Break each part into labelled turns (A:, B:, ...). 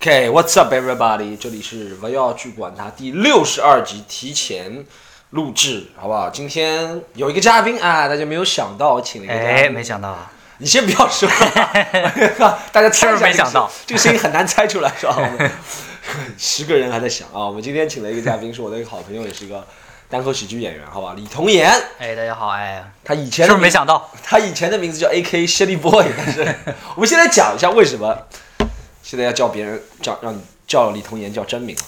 A: OK，What's、up, everybody？这里是不要去管它第六十二集提前录制，好不好？今天有一个嘉宾啊，大家没有想到，我请了一个嘉宾。
B: 哎，没想到啊，
A: 你先不要 说，大家猜一下这个声，
B: 是没想到
A: 这个声音很难猜出来，是吧？我们 十个人还在想啊，我们今天请了一个嘉宾，是我的一个好朋友，也是一个单口喜剧演员，好吧？李童言，
B: 哎，大家好，哎，
A: 他以前的
B: 是不是没想到？
A: 他以前的名字叫 A.K. Shelly Boy，但 是我们现在讲一下为什么现在要叫别人叫让你叫李童言叫真名了。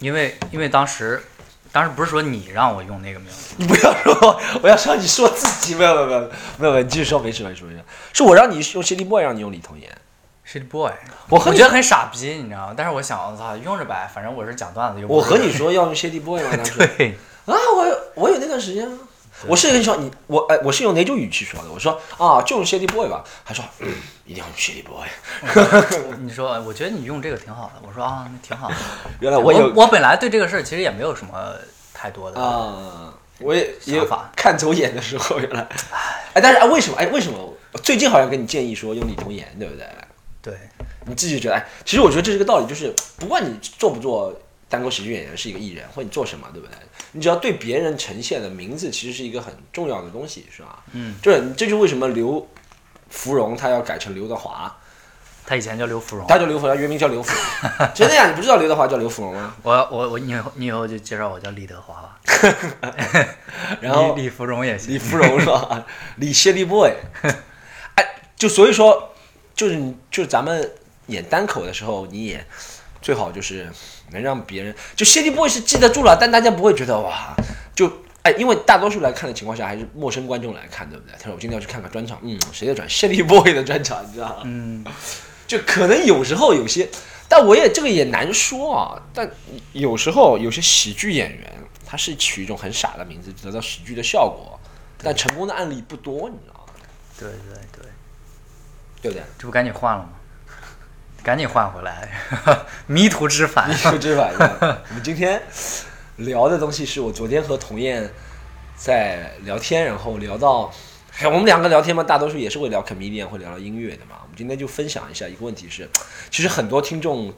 B: 因为因为当时，当时不是说你让我用那个名字，
A: 你不要说我，我要说你说自己，没有没有没有没有没有，你继续说，没事没事没事，是我让你用 Shelly Boy，让你用李童言。
B: 是 boy，
A: 我
B: 我
A: 和你
B: 觉得很傻逼，你知道吗？但是我想，我操，用着呗，反正我是讲段子，又不
A: 我
B: 是
A: 和你说要用 Shelly Boy 吗？当时
B: 对，
A: 啊，我有我有那段时间啊，我是跟你说你我哎、我是用哪种语气说的？我说啊，就用 Shelly Boy 吧。他说、嗯、一定要用 Shelly Boy。
B: 你说，我觉得你用这个挺好的，我说啊，那挺好的。
A: 原来
B: 我
A: 我有
B: 我本来对这个事儿其实也没有什么太多的，
A: 啊，我也也
B: 想法
A: 看走眼的时候，原来，哎，但是哎，为什么哎为什么最近好像跟你建议说用李童言，对不对？
B: 对，
A: 你自己觉得哎，其实我觉得这是个道理，就是不管你做不做单口喜剧演员是一个艺人，或者你做什么，对不对？你只要对别人呈现的名字，其实是一个很重要的东西，是吧？
B: 嗯，
A: 就是你这就是为什么刘芙蓉她要改成刘德华，
B: 他以前叫刘芙蓉，
A: 她叫刘芙蓉，她原名叫刘芙 蓉，真的呀？你不知道刘德华叫刘芙蓉吗？
B: 我我我，你以后你以后就介绍我叫李德华吧，
A: 然后
B: 李李芙蓉也
A: 李
B: 行，
A: 芙蓉是吧？ 李谢利 boy，哎，就所以说，就是你就是咱们演单口的时候，你也最好就是能让别人就谢利 boy 是记得住了，但大家不会觉得哇，就哎，因为大多数来看的情况下还是陌生观众来看，对不对？他说我今天要去看看专场，嗯，谁的专？谢利 boy 的专场，你知道吗？
B: 嗯，
A: 就可能有时候有些，但我也这个也难说啊。但有时候有些喜剧演员，他是取一种很傻的名字得到喜剧的效果，但成功的案例不多，你知道吗？
B: 对对对。
A: 对不对？
B: 这不赶紧换了吗？赶紧换回来，迷途知返
A: 你。说这玩意儿，我们今天聊的东西是我昨天和童燕在聊天，然后聊到，哎，我们两个聊天嘛，大多数也是会聊 comedian，会聊到音乐的嘛。我们今天就分享一下一个问题是，其实很多听众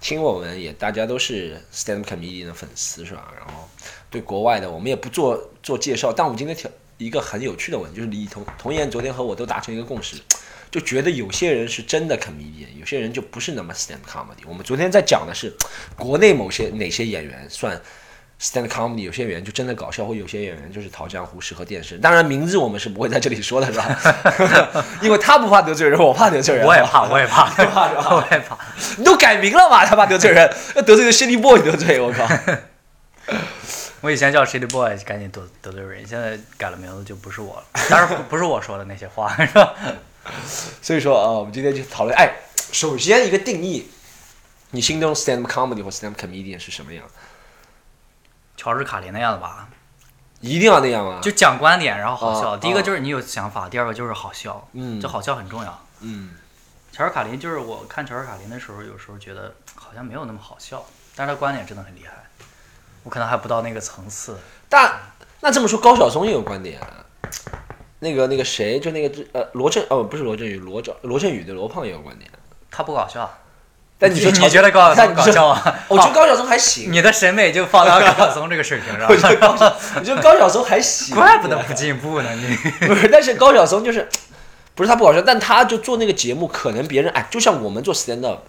A: 听我们也大家都是 stand up comedian 的粉丝是吧？然后对国外的我们也不做做介绍，但我们今天挑一个很有趣的问题，就是李童童燕昨天和我都达成一个共识，就觉得有些人是真的 comedian，有些人就不是那么 stand up comedy。我们昨天在讲的是国内某些哪些演员算 stand up comedy，有些演员就真的搞笑，或有些演员就是陶江湖适合电视。当然名字我们是不会在这里说的，是吧？ 因为他不怕得罪人，我怕得罪人。
B: 我也怕，我也怕，
A: 怕是吧
B: 我也怕。
A: 你都改名了嘛，他妈得罪人，那得罪个 shitty boy 得罪，我靠。
B: 我以前叫 Shitty Boy，赶紧得得罪人，现在改了名字就不是我了。当然不不是我说的那些话，是吧？
A: 所以说啊，我们今天就讨论，哎，首先一个定义，你心中 stand up comedy 或 stand up comedian 是什么样？
B: 乔治卡林那样的吧，
A: 一定要那样吗？
B: 就讲观点，然后好笑。
A: 啊
B: 第一个就是你有想法，第二个就是好笑。
A: 嗯
B: 这好笑很重要。
A: 嗯
B: 乔治卡林就是我看乔治卡林的时候，有时候觉得好像没有那么好笑，但是他观点真的很厉害，我可能还不到那个层次。
A: 但那这么说，高晓松也有观点啊。那个那个谁，就那个呃罗振哦，不是罗振宇，罗振罗振宇对罗胖也有观点。
B: 他不搞笑，
A: 但你说乔
B: 你觉得高晓
A: 但你
B: 松啊搞
A: 说哦
B: 笑吗？
A: 我觉得高晓松还行，
B: 你的审美就放到高晓松这个水平 上
A: 我觉得
B: 了，
A: 高晓，我觉得高晓松还行。
B: 怪不得不进步呢你。
A: 不是，但是高晓松就是不是他不搞笑，但他就做那个节目，可能别人哎，就像我们做 stand up，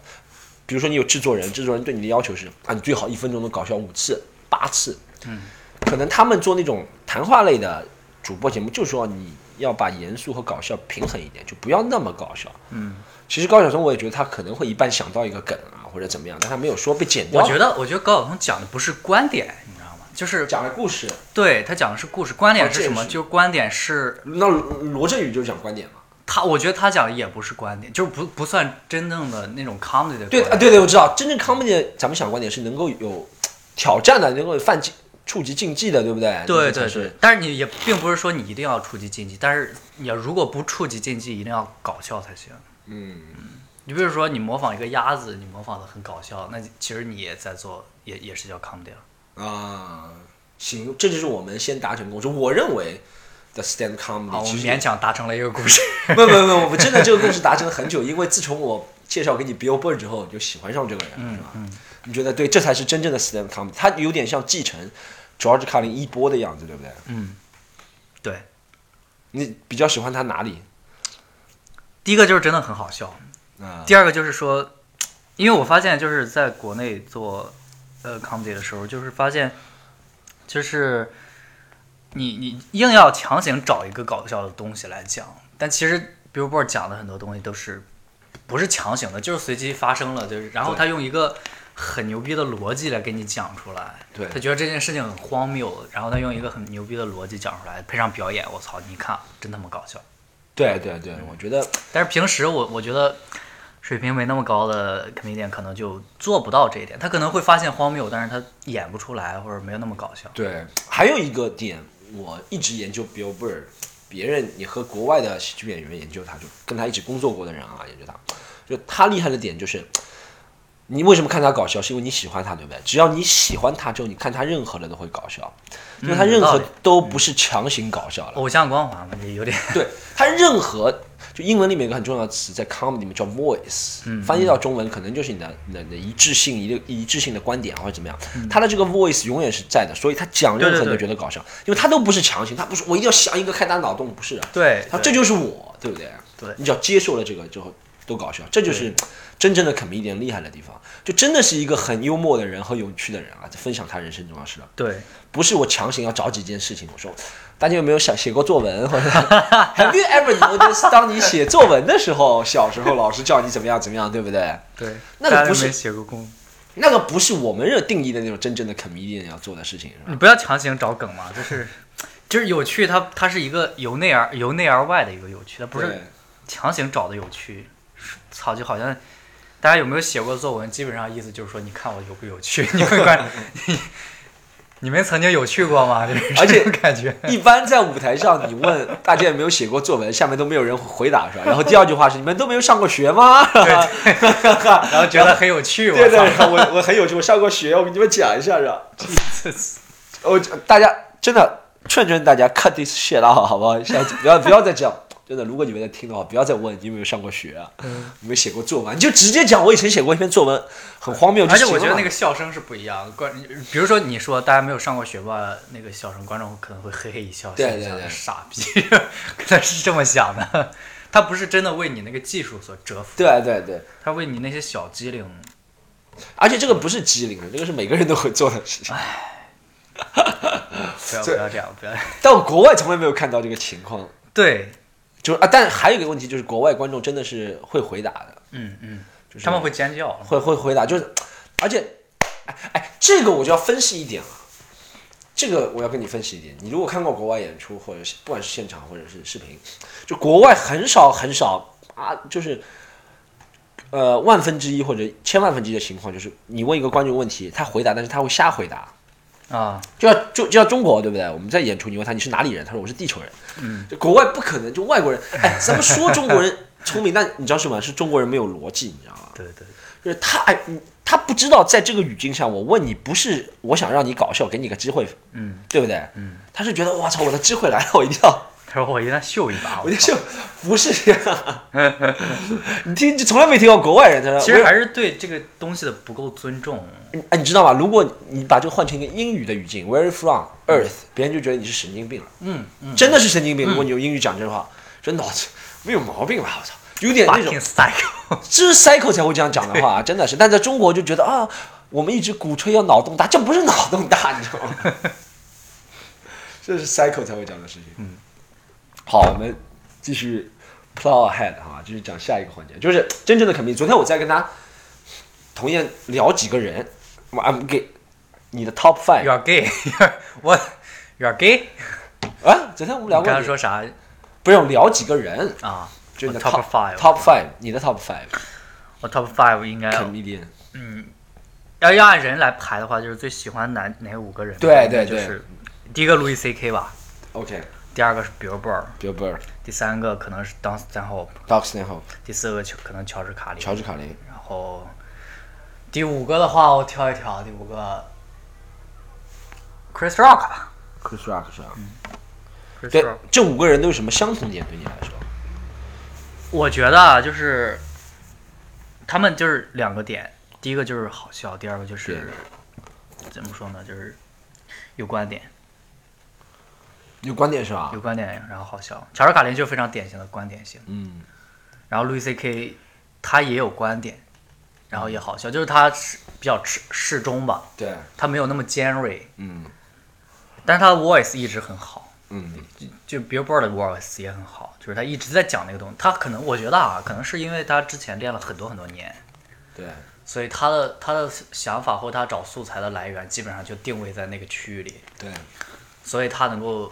A: 比如说你有制作人，制作人对你的要求是啊，你最好一分钟能搞笑五次、八次。
B: 嗯，
A: 可能他们做那种谈话类的主播节目，就说你要把严肃和搞笑平衡一点，就不要那么搞笑。
B: 嗯，
A: 其实高晓松我也觉得他可能会一般想到一个梗啊，或者怎么样，但他没有说被剪掉。
B: 我觉得，我觉得高晓松讲的不是观点，你知道吗？就是
A: 讲了故事，
B: 对他讲的是故事，观点
A: 哦
B: 是
A: 这
B: 什
A: 也
B: 么？
A: 是
B: 就是观点是
A: 那罗振宇就是讲观点嘛。
B: 他，我觉得他讲的也不是观点，就是不不算真正的那种 comedy 的观
A: 对啊，
B: 点。
A: 对对，我知道，真正 comedy 的咱们想观点是能够有挑战的，能够有犯禁触及禁忌的，对不对？这
B: 对
A: 才
B: 对
A: 是
B: 对，但是你也并不是说你一定要触及禁忌，但是你要如果不触及禁忌，一定要搞笑才行。
A: 嗯，
B: 你比如说，你模仿一个鸭子，你模仿的很搞笑，那其实你也在做，也也是叫 comedy 了。
A: 啊，行，这就是我们先达成共识。我认为 the stand
B: 好，
A: comedy
B: 我
A: 其
B: 们
A: 实
B: 勉强达成了一个故事。
A: 不不不，我们真的这个共识达成了很久，因为自从我介绍给你 Billboard 之后，你就喜欢上这个人，
B: 嗯
A: 是吧？
B: 嗯，
A: 你觉得对，这才是真正的 stand comedy，他有点像继承 George Carlin 一波的样子，对不对？
B: 嗯，对，
A: 你比较喜欢他哪里？
B: 第一个就是真的很好笑，
A: 啊、
B: 第二个就是说，因为我发现就是在国内做呃 comedy 的时候，就是发现就是你你硬要强行找一个搞笑的东西来讲，但其实 Billboard 讲的很多东西都是不是强行的，就是随机发生了，就是然后
A: 对
B: 他用一个。很牛逼的逻辑来给你讲出来，
A: 对
B: 他觉得这件事情很荒谬，然后他用一个很牛逼的逻辑讲出来，配上表演，我操，你看真他妈搞笑。
A: 对对对，我觉得
B: 但是平时我我觉得水平没那么高的 comedian 可能就做不到这一点，他可能会发现荒谬，但是他演不出来或者没有那么搞笑。
A: 对，还有一个点，我一直研究 Bill Burr，别人也和国外的喜剧演员研究他，就跟他一起工作过的人啊，研究他，就他厉害的点就是，你为什么看他搞笑，是因为你喜欢他，对不对？只要你喜欢他之后，你看他任何的都会搞笑，就是他
B: 嗯有
A: 任
B: 道
A: 何
B: 理
A: 都不是强行搞笑了，
B: 偶像光环吧，也有点
A: 对他任何就英文里面有个很重要的词，在 comedy 里面叫 voice，、翻
B: 嗯
A: 译到中文可能就是你的、你的、你的一致性、一个一致性的观点啊或者怎么样。他的这个 voice 永远是在的，所以他讲任何人
B: 嗯对对
A: 都觉
B: 对
A: 得搞笑，因为他都不是强行，他不是我一定要想一个开大脑洞，不是啊，
B: 对
A: 他这就是我，对不对？
B: 对
A: 你只要接受了这个之后。都搞笑，这就是真正的 comedian 厉害的地方，就真的是一个很幽默的人和有趣的人啊，分享他人生重要事啊了。
B: 对
A: 不是我强行要找几件事情。我说，大家有没有想写过作文？或者 Have you ever noticed 当你写作文的时候，小时候老师叫你怎么样怎么样，对不对？
B: 对，
A: 那个
B: 大家
A: 不是
B: 没写过功，
A: 那个不是我们认定义的那种真正的 comedian 要做的事情，是吧？
B: 你不要强行找梗嘛，就是就是有趣，它它是一个由内而由内而外的一个有趣，它不是
A: 对
B: 强行找的有趣。操，就好像大家有没有写过作文？基本上意思就是说，你看我有不有趣？你们管你你们曾经有趣过吗？ 就是
A: 而且
B: 这种感觉，
A: 一般在舞台上，你问大家有没有写过作文，下面都没有人回答，是吧？然后第二句话是你们都没有上过学吗？
B: 然后觉得很有趣。
A: 对对，
B: 我
A: 然后我我很有趣，我上过学，我给你们讲一下，是吧？
B: 操，
A: 我大家真的劝劝大家 cut this shit out 好不好？下次不要不要再这样。真的，如果你们在听的话，不要再问你有没有上过学啊，
B: 嗯
A: 有没有写过作文，你就直接讲我以前写过一篇作文，很荒谬。
B: 而且
A: 就
B: 我觉
A: 行了
B: 得那个笑声是不一样的。观，比如说你说大家没有上过学吧，那个笑声，观众可能会嘿嘿一笑，
A: 对
B: 心里
A: 对
B: 想
A: 对
B: 傻逼， 可能是这么想的。他不是真的为你那个技术所折服，
A: 对对对，
B: 他为你那些小机灵。
A: 而且这个不是机灵的，这个是每个人都会做的事
B: 哎
A: 情。
B: 不要不
A: 这
B: 要这样，不要。
A: 但我国外从来没有看到这个情况，
B: 对，
A: 就是啊，但还有一个问题就是，国外观众真的是会回答的，
B: 嗯嗯，
A: 就是
B: 他们会尖叫。
A: 会会回答，就是，而且，哎哎，这个我就要分析一点了。啊这个我要跟你分析一点，你如果看过国外演出，或者是不管是现场或者是视频，就国外很少很少啊，就是，呃，万分之一或者千万分之一的情况，就是你问一个观众问题，他回答，但是他会瞎回答，
B: 啊，
A: 就像就就像中国对不对？我们在演出，你问他你是哪里人，他说我是地球人。嗯，就国外不可能，就外国人，哎，咱们说中国人聪明，但你知道什么？是中国人没有逻辑，你知道吗？
B: 对对，
A: 就是他哎，嗯他不知道在这个语境下，我问你不是我想让你搞笑，给你个机会，
B: 嗯，
A: 对不对？嗯，他是觉得我操，我的机会来了，我一定要，
B: 他说我一定要秀一把。
A: 我
B: 我
A: 就
B: 操
A: 秀，不是这样。 你听，就从来没听过国外人他说，
B: 其实还是对这个东西的不够尊重。
A: 我哎，你知道吗？如果你把这个换成一个英语的语境，Where are you from Earth，别人就觉得你是神经病了，
B: 嗯嗯
A: 真的是神经病。如果你用英语讲这话，这脑子没有毛病吧？我操，有点那种
B: ，fucking psycho。
A: 这是 cycle 才会这样讲的话， 真的是。但在中国就觉得啊，我们一直鼓吹要脑洞大，这不是脑洞大，你知道吗？ 这是 cycle 才会讲的事情。嗯，好，我们继续 plow ahead 哈，继续讲下一个环节，就是真正的肯定。昨天我在跟他同样聊几个人，我 I'm gay，你的 top
B: You
A: five
B: are gay. What? You are gay?
A: 啊？昨天我们聊过
B: 你刚才
A: 你，
B: 说啥
A: 不是我们聊几个人，
B: 啊？
A: 就你的
B: 我 top five
A: top five，你的 top five
B: 我 top five 应该
A: comedian，
B: 要要按人来排的话，就是最喜欢哪哪五个人？
A: 对对
B: 就
A: 对
B: 是第一个 Louis C K 吧，
A: OK，Bill
B: 第二个是 Billboard，
A: Burr，Doc
B: 第三个可能是 Don Stanhope，
A: Stanhope，
B: 第四个乔可能乔治卡林，
A: 乔治卡林。
B: 然后第五个的话，我挑一挑，第五个 Chris Rock 吧
A: Chris Rock 是吧？啊
B: ，Chris
A: 对
B: Rock，，
A: 这五个人都有什么相同点对你来说？
B: 我觉得啊，就是他们就是两个点，第一个就是好笑，第二个就是怎么说呢，就是有观点，
A: 有观点是吧
B: 有？观点，然后好笑。乔治卡林就是非常典型的观点型，
A: 嗯，
B: 然后路易 C K 他也有观点，然后也好笑，就是他是比较适适中吧，
A: 对，
B: 他没有那么尖锐，
A: 嗯
B: 但是他的 voice 一直很好。
A: 嗯
B: 就 Billboard 的 Voice 也很好，就是他一直在讲那个东西。他可能我觉得啊，可能是因为他之前练了很多很多年，
A: 对，
B: 所以他的他的想法或他找素材的来源基本上就定位在那个区域里，
A: 对，
B: 所以他能够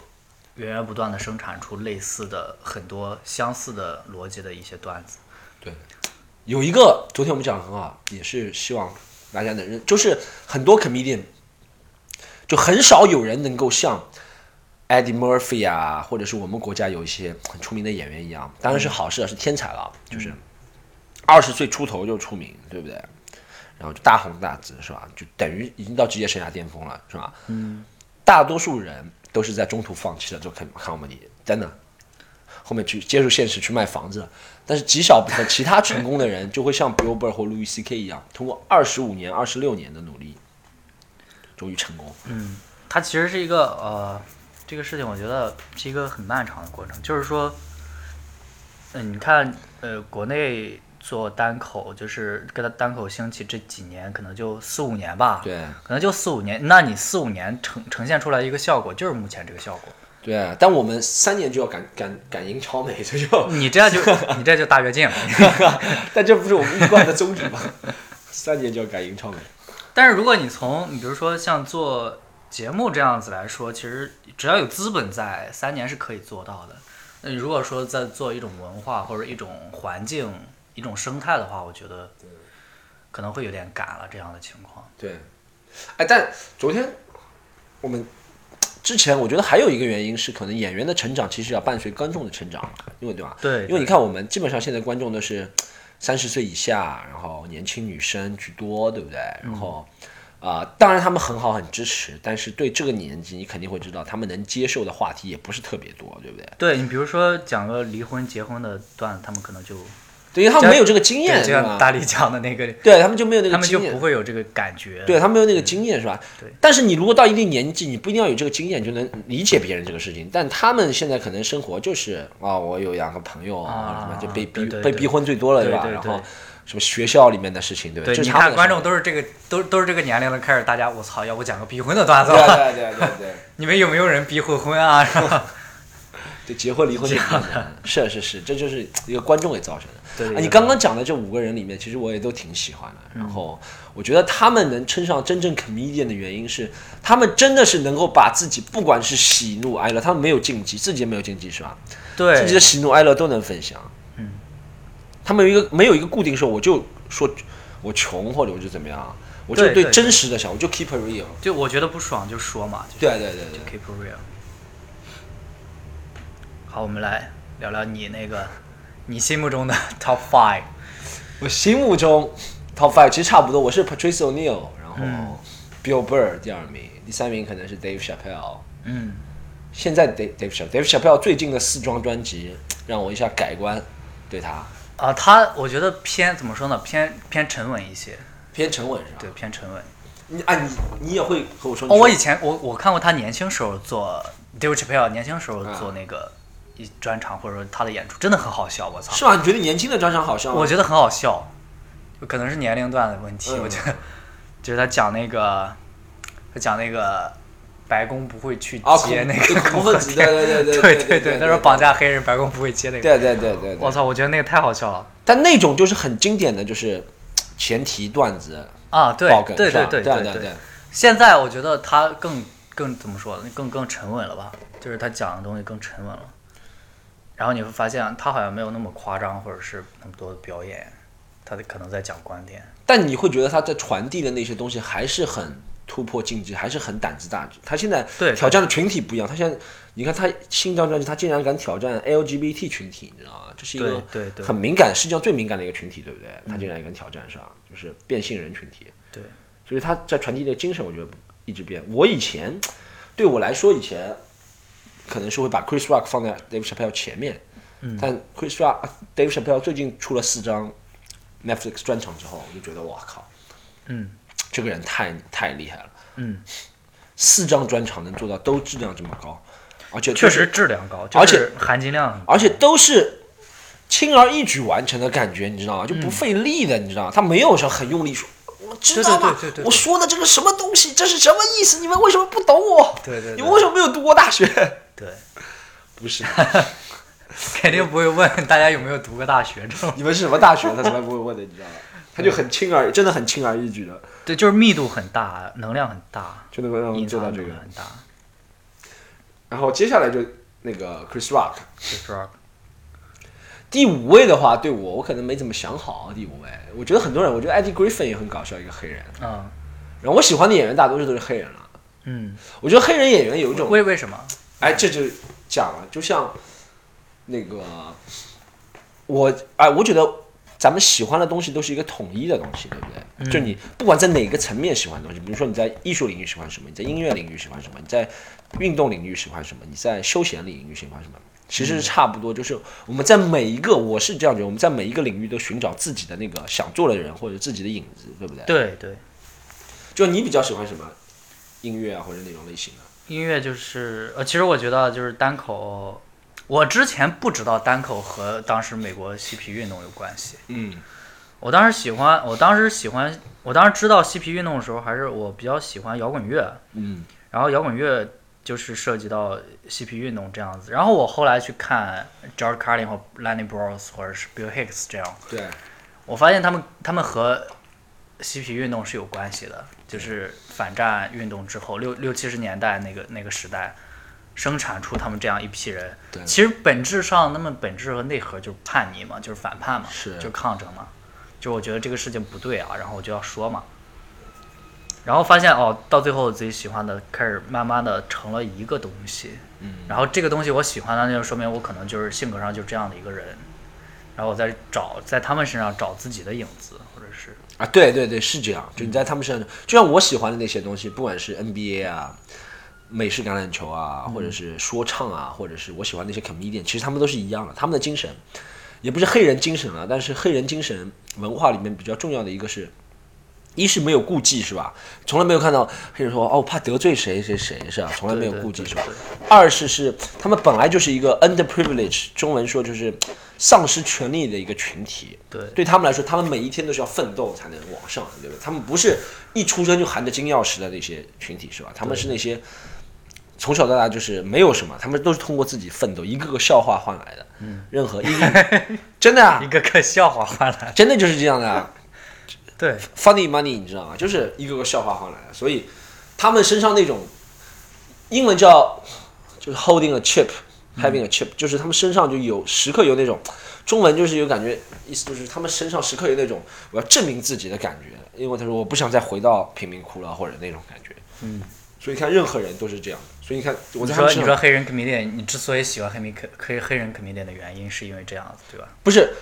B: 源源不断的生产出类似的很多相似的逻辑的一些段子。
A: 对，有一个昨天我们讲的很好，也是希望大家能认，就是很多 comedian 就很少有人能够像 Eddie Murphy 啊，或者是我们国家有一些很出名的演员一样，当然是好事啊，是天才了，就是二十岁出头就出名，对不对？然后就大红大紫，是吧？就等于已经到职业生涯巅峰了，是吧？嗯，大多数人都是在中途放弃了做 com- comedy，真的。后面去接触现实，去卖房子了。但是极少部分其他成功的人，就会像 Billboard 或 Louis C.K. 一样，通过二十五年、二十六年的努力，终于成功。
B: 它其实是一个呃，这个事情我觉得是一个很漫长的过程，就是说，嗯、你看，呃，国内做单口，就是跟它单口兴起这几年，可能就四五年吧，
A: 对
B: 可能就四五年，那你四五年呈呈现出来一个效果，就是目前这个效果，
A: 对，但我们三年就要赶赶赶赢超美，这就，
B: 你这样就你这样就大跃进了。
A: 但这不是我们一贯的宗旨吗？三年就要赶赢超美。
B: 但是如果你从你比如说像做节目这样子来说，其实只要有资本在，三年是可以做到的。那你如果说在做一种文化或者一种环境、一种生态的话，我觉得可能会有点赶了这样的情况。
A: 对，哎，但昨天我们之前，我觉得还有一个原因是，可能演员的成长其实要伴随观众的成长，因为对吧？
B: 对
A: 因为你看，我们基本上现在观众都是三十岁以下，然后年轻女生居多，对不对？
B: 嗯
A: 然后啊、呃当然他们很好，很支持，但是对这个年纪，你肯定会知道，他们能接受的话题也不是特别多，对不对？
B: 对你比如说讲个离婚、结婚的段子，他们可能就
A: 对，因为他们没有这个经
B: 对
A: 验，
B: 就
A: 对
B: 像
A: 吧？
B: 大力讲的那个，
A: 对他们就没有那
B: 他
A: 个
B: 们就
A: 经验
B: 不，会有这个感觉。
A: 对他们没有那个经验是吧？
B: 哎对
A: 但是你如果到一定年纪，你不一定要有这个经验，你就能理解别人这个事情。但他们现在可能生活就是啊、我有两个朋友
B: 啊
A: 什么就被逼
B: 对对
A: 被
B: 对
A: 逼婚最多了，
B: 对
A: 吧？
B: 对
A: 然
B: 对
A: 后什么学校里面的事情，对吧？
B: 对，
A: 这是
B: 你
A: 他们
B: 看
A: 的
B: 观
A: 生
B: 众
A: 活
B: 都是这个，都都是这个年龄了，开始大家我操，要不讲个逼婚的段子
A: 对
B: 吧？
A: 对对对对，
B: 你们有没有人逼过婚啊？是吧？
A: 对结婚离婚这个问题 是是是，这就是一个观众给造成的。
B: 对
A: 啊，你刚刚讲的这五个人里面，其实我也都挺喜欢的。然后我觉得他们能称上真正 comedian 的原因是，他们真的是能够把自己不管是喜怒哀乐，他们没有禁忌，自己也没有禁忌，是吧？
B: 对
A: 自己的喜怒哀乐都能分享。
B: 嗯，
A: 他们有一个没有一个固定说，我就说我穷或者我就怎么样，啊我就
B: 对对
A: 真实的想，我就 keep it real。
B: 就我觉得不爽就说嘛，就是
A: 对对对对
B: 就 keep it real。好，我们来聊聊你那个你心目中的 top five。
A: 我心目中 top five 其实差不多，我是 Patrice O'Neill，然
B: 嗯
A: 后 Bill Burr 第二名，第三名可能是 Dave Chappelle。
B: 嗯，
A: 现在 Dave Dave Chappelle，Dave Chappelle 最近的四张专辑让我一下改观对他，
B: 啊，他我觉得偏怎么说呢，偏偏沉稳一些，
A: 偏沉稳是吧？
B: 对，偏沉稳。
A: 你啊你你也会和我说
B: 哦，
A: 你
B: 我
A: 说
B: 以前我我看过他年轻时候做 Dave Chappelle，年轻时候做
A: 嗯
B: 那个一专场或者说他的演出，真的很好笑，我操，
A: 是吗？你觉得年轻的专场好笑吗？
B: 我觉得很好笑，可能是年龄段的问题，
A: 嗯
B: 我觉得就是他讲那个他讲那个白宫不会去
A: 啊，
B: 接那个
A: 恐怖分子，对
B: 片
A: 对对
B: 对
A: 对
B: 对，他说绑，架黑人，白宫不会接那个。
A: 对对对对
B: 我
A: 对。
B: 操，我觉得那个太好笑了
A: 但那种就是很经典的，就是前提段子
B: 啊！对
A: 爆梗，
B: 对
A: 是吧
B: 对对
A: 对
B: 对
A: 对。
B: 现在我觉得他更更怎么说呢？更更沉稳了吧？就是他讲的东西更沉稳了。然后你会发现他好像没有那么夸张，或者是那么多的表演，他可能在讲观点。
A: 但你会觉得他在传递的那些东西还是很突破禁忌，还是很胆子大。他现在
B: 对
A: 挑战的群体不一样，他现在你看他新一张专辑，他竟然敢挑战 LGBT 群体，你知道吗？这是一
B: 对
A: 个
B: 对对
A: 很敏感，世界上最敏感的一个群体，对不对？他竟然敢挑战，是吧？就是变性人群体。
B: 对，
A: 所以他在传递的精神，我觉得一直变。我以前对我来说，以前可能是会把 Chris Rock
B: 嗯
A: 放在 Dave Chappelle 前面，但 Chris Rock、Dave Chappelle 最近出了四张 Netflix 专场之后，我就觉得哇靠，
B: 嗯
A: 这个人太太厉害了，
B: 嗯，
A: 四张专场能做到都质量这么高，而且
B: 确实质量高，
A: 而
B: 就是含金量很高，
A: 而且都是轻而易举完成的感觉，你知道
B: 嗯
A: 吗？就不费力的，你知道吗？他没有说很用力说，我知道吗
B: 对对对对对？对
A: 我说的这个什么东西，这是什么意思？你们为什么不懂我？
B: 对对对
A: 你们为什么没有读过大学？
B: 对，
A: 不是，
B: 肯定不会问大家有没有读过大学这种，
A: 你们是什么大学？他从来不会问的，你知道吗？他就很轻而，真的很轻而易举的，
B: 对，就是密度很大，能量很大，
A: 就能够让我
B: 隐
A: 们做
B: 藏
A: 到嗯
B: 能
A: 这个
B: 量。很大，
A: 然后接下来就那个 Chris Rock，
B: 就是
A: 第五位的话，对我我可能没怎么想好啊。第五位，我觉得很多人，我觉得 Eddie Griffin 也很搞笑，一个黑人。
B: 嗯
A: 然后我喜欢的演员大多数都是黑人啊了。
B: 嗯，
A: 我觉得黑人演员有一种
B: 为为什么？
A: 哎，这就讲了，就像那个我哎，我觉得咱们喜欢的东西都是一个统一的东西，对不对？就你不管在哪个层面喜欢的东西，比如说你在艺术领域喜欢什么，你在音乐领域喜欢什么，你在运动领域喜欢什么，你在休闲领域喜欢什么。其实是差不多，就是我们在每一个，我是这样觉得，我们在每一个领域都寻找自己的那个想做的人或者自己的影子，对不对？
B: 对对，
A: 就你比较喜欢什么音乐啊，或者哪种类型啊？
B: 音乐就是呃，其实我觉得就是单口，我之前不知道单口和当时美国嬉皮运动有关系。
A: 嗯
B: 我当时喜欢，我当时喜欢，我当时知道嬉皮运动的时候，还是我比较喜欢摇滚乐，
A: 嗯
B: 然后摇滚乐就是涉及到嬉皮运动这样子。然后我后来去看 George Carlin 或 Lenny Bruce 或者是 Bill Hicks 这样，
A: 对，
B: 我发现他们他们和嬉皮运动是有关系的，就是反战运动之后六六七十年代那个那个时代，生产出他们这样一批人。
A: 对
B: 其实本质上，他们本质和内核就是叛逆嘛，就是反叛嘛，
A: 是
B: 就是抗争嘛，就是我觉得这个事情不对啊，然后我就要说嘛。然后发现哦，到最后自己喜欢的开始慢慢的成了一个东西，
A: 嗯。
B: 然后这个东西我喜欢的，那就说明我可能就是性格上就这样的一个人，然后我再找在他们身上找自己的影子，或者是
A: 啊，对对对，是这样。就你在他们身上，就像我喜欢的那些东西，不管是 NBA 啊、美式橄榄球啊，或者
B: 嗯
A: 是说唱啊，或者是我喜欢那些 comedian，其实他们都是一样的。他们的精神也不是黑人精神啊，但是黑人精神文化里面比较重要的一个是，一是没有顾忌，是吧？从来没有看到黑人说哦，我怕得罪谁谁谁，是吧？从来没有
B: 对对
A: 顾忌，
B: 对
A: 是吧
B: 对？
A: 二是是他们本来就是一个 underprivileged，中文说就是丧失权利的一个群体。
B: 对
A: 对他们来说，他们每一天都是要奋斗才能往上，对不对？他们不是一出生就含着金钥匙的那些群体，是吧？他们是那些从小到大就是没有什么，他们都是通过自己奋斗，一个个笑话换来的。嗯，任何一个真的 啊
B: 一，个个笑话换来。
A: 真的就是这样的、啊。
B: 对，
A: funny money，你知道吗？就是一个个笑话换来的，所以他们身上那种英文叫就是 holding a chip，having a chip，、就是
B: 嗯
A: 他们身上就有时刻有那种中文就是有感觉，意思就是他们身上时刻有那种我要证明自己的感觉，因为他说我不想再回到贫民窟了或者那种感觉，嗯，所以你看任何人都是这样的，所以你看我
B: 你
A: 在他
B: 说
A: 们身
B: 你
A: 上
B: 说黑人 comedian，你之所以喜欢黑民黑黑人 comedian 的原因是因为这样子，对吧？
A: 不是，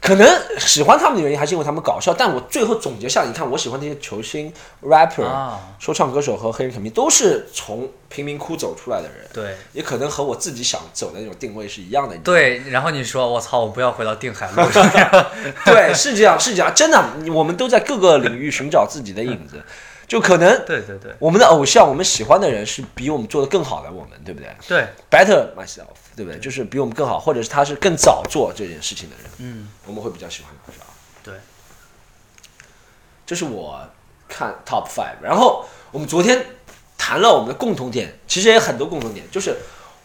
A: 可能喜欢他们的原因还是因为他们搞笑，但我最后总结下来，你看我喜欢那些球星、rapper、
B: 啊
A: 说唱歌手和黑人肯定都是从贫民窟走出来的人，
B: 对
A: 也可能和我自己想走的那种定位是一样的。你知道吗
B: 对，然后你说我操，我不要回到定海路 上，
A: 对，是这样，是这样，真的，你我们都在各个领域寻找自己的影子，就可能
B: 对对对
A: 我们的偶像，我们喜欢的人是比我们做的更好的我们，对不对
B: 对，
A: ？Better myself，对不对？就是比我们更好，或者是他是更早做这件事情的人，
B: 嗯
A: 我们会比较喜欢他，是吧？
B: 对，
A: 这是我看 top five。然后我们昨天谈了我们的共同点，其实也很多共同点，就是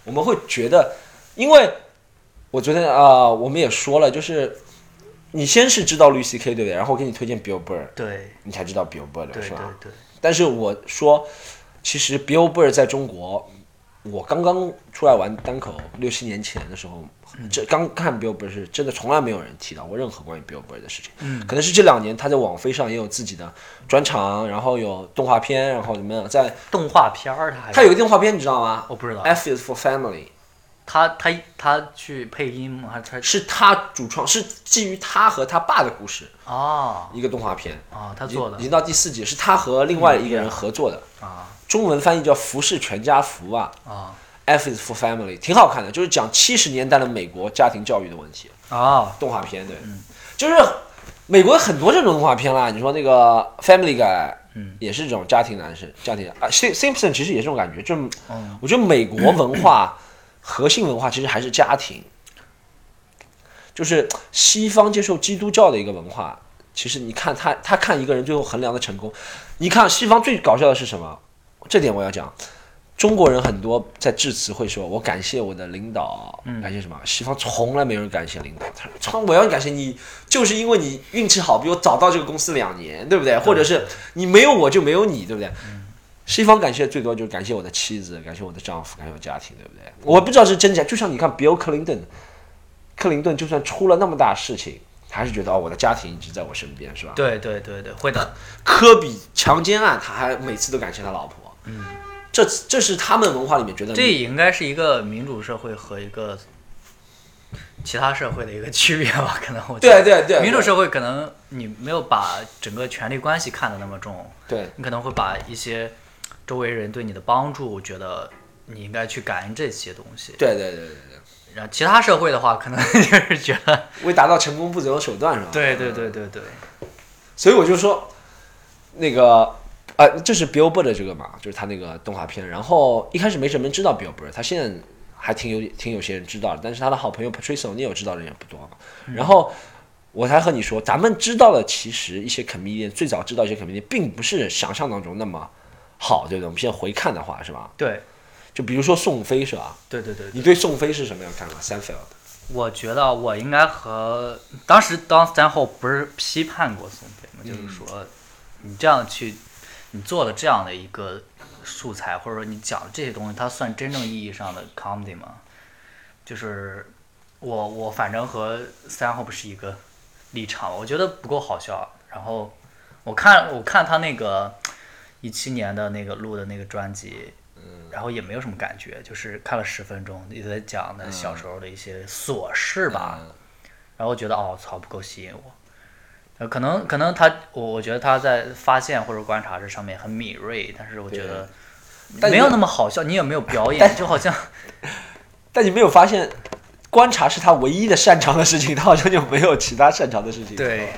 A: 我们会觉得，因为我昨天啊、呃我们也说了，就是你先是知道绿 CK 对不对？然后我给你推荐 Bill Burr，
B: 对
A: 你才知道 Bill Burr 的
B: 对
A: 是
B: 对
A: 吧？
B: 对，
A: 但是我说，其实 Bill Burr 在中国，我刚刚出来玩单口六七年前的时候，
B: 嗯
A: 这刚看 Bill Burr 是真的从来没有人提到过任何关于 Bill Burr 的事情。
B: 嗯
A: 可能是这两年他在网飞上也有自己的专场，然后有动画片，然后怎么样，在
B: 动画片儿它还
A: 他有一哎个动画片你知道吗
B: 我不知道，
A: ？F is for Family
B: 他他他去配音吗？还是
A: 是他主创，是基于他和他爸的故事
B: 他啊
A: 一个动画片，
B: 啊
A: 他
B: 他做的嗯
A: 已经到第四集，是他和另外一个人合作的，
B: 啊
A: 中文翻译叫《服饰全家福》啊。
B: 啊
A: F is for Family，挺好看的，就是讲七十年代的美国家庭教育的问题，
B: 啊
A: 动画片对，就是美国很多这种动画片啦，你说那个 Family Guy，
B: 嗯，
A: 也是这种家庭男生、家庭啊，Sim-，Simpson 其实也是这种感觉。这种
B: 嗯，
A: 我觉得美国文化核心文化其实还是家庭，就是西方接受基督教的一个文化。其实你看他，他看一个人最后衡量的成功，你看西方最搞笑的是什么？这点我要讲。中国人很多在致辞会说：“我感谢我的领导，感谢什么？”西方从来没有人感谢领导，他说从我要感谢你，就是因为你运气好，比我早到这个公司两年，对不对？或者是你没有我就没有你，对不对？西方感谢最多就是感谢我的妻子，感谢我的丈夫，感谢我的家庭，对不对？我不知道是真假，就像你看比尔·克林顿，克林顿就算出了那么大事情，他还是觉得哦，我的家庭一直在我身边，是吧？
B: 对对对对，会的，
A: 科比强奸案，他还每次都感谢他老婆，嗯，这这是他们文化里面觉得
B: 这也应该是一个民主社会和一个其他社会的一个 区别吧？可能我觉
A: 对对
B: 得
A: 对，
B: 民主
A: 对
B: 社会可能你没有把整个权力关系看得那么重，
A: 对
B: 你可能会把一些周围人对你的帮助，觉得你应该去感恩这些东西。
A: 对对对对对，
B: 然后其他社会的话，可能 就是觉得，
A: 为达到成功不择手段是吧？
B: 对对对对对，
A: 所以我就说，那个呃，这是 Bill Burr 的这个嘛，就是他那个动画片。然后一开始没什么人知道 Bill Burr，他现在还挺有挺有些人知道的，但是他的好朋友 Patrice O'Neill 知道的人也不多嘛。
B: 嗯
A: 然后我才和你说，咱们知道的其实一些 comedian 最早知道一些 comedian，并不是想象当中那么好，对不对？我们现在回看的话，是吧？
B: 对
A: 就比如说宋飞是吧？
B: 对对对，
A: 你对宋飞是什么样看法？Seinfeld 啊
B: 我觉得我应该和当时当 Stanhope 不是批判过宋飞吗？就是说，你这样去，你做了这样的一个素材，或者说你讲的这些东西，它算真正意义上的 comedy 吗？就是我我反正和 Stanhope 是一个立场，我觉得不够好笑。然后我看我看他那个一七年的那个录的那个专辑，然后也没有什么感觉，就是看了十分钟，也在讲的小时候的一些琐事吧。
A: 嗯
B: 然后觉得哦操不够吸引我，呃可能可能他我我觉得他在发现或者观察这上面很敏锐，但是我觉得
A: 但
B: 没
A: 你
B: 有那么好笑，你也没有表演，就好像
A: 但你没有发现，观察是他唯一的擅长的事情，他 好像就没有其他擅长的事情。
B: 对，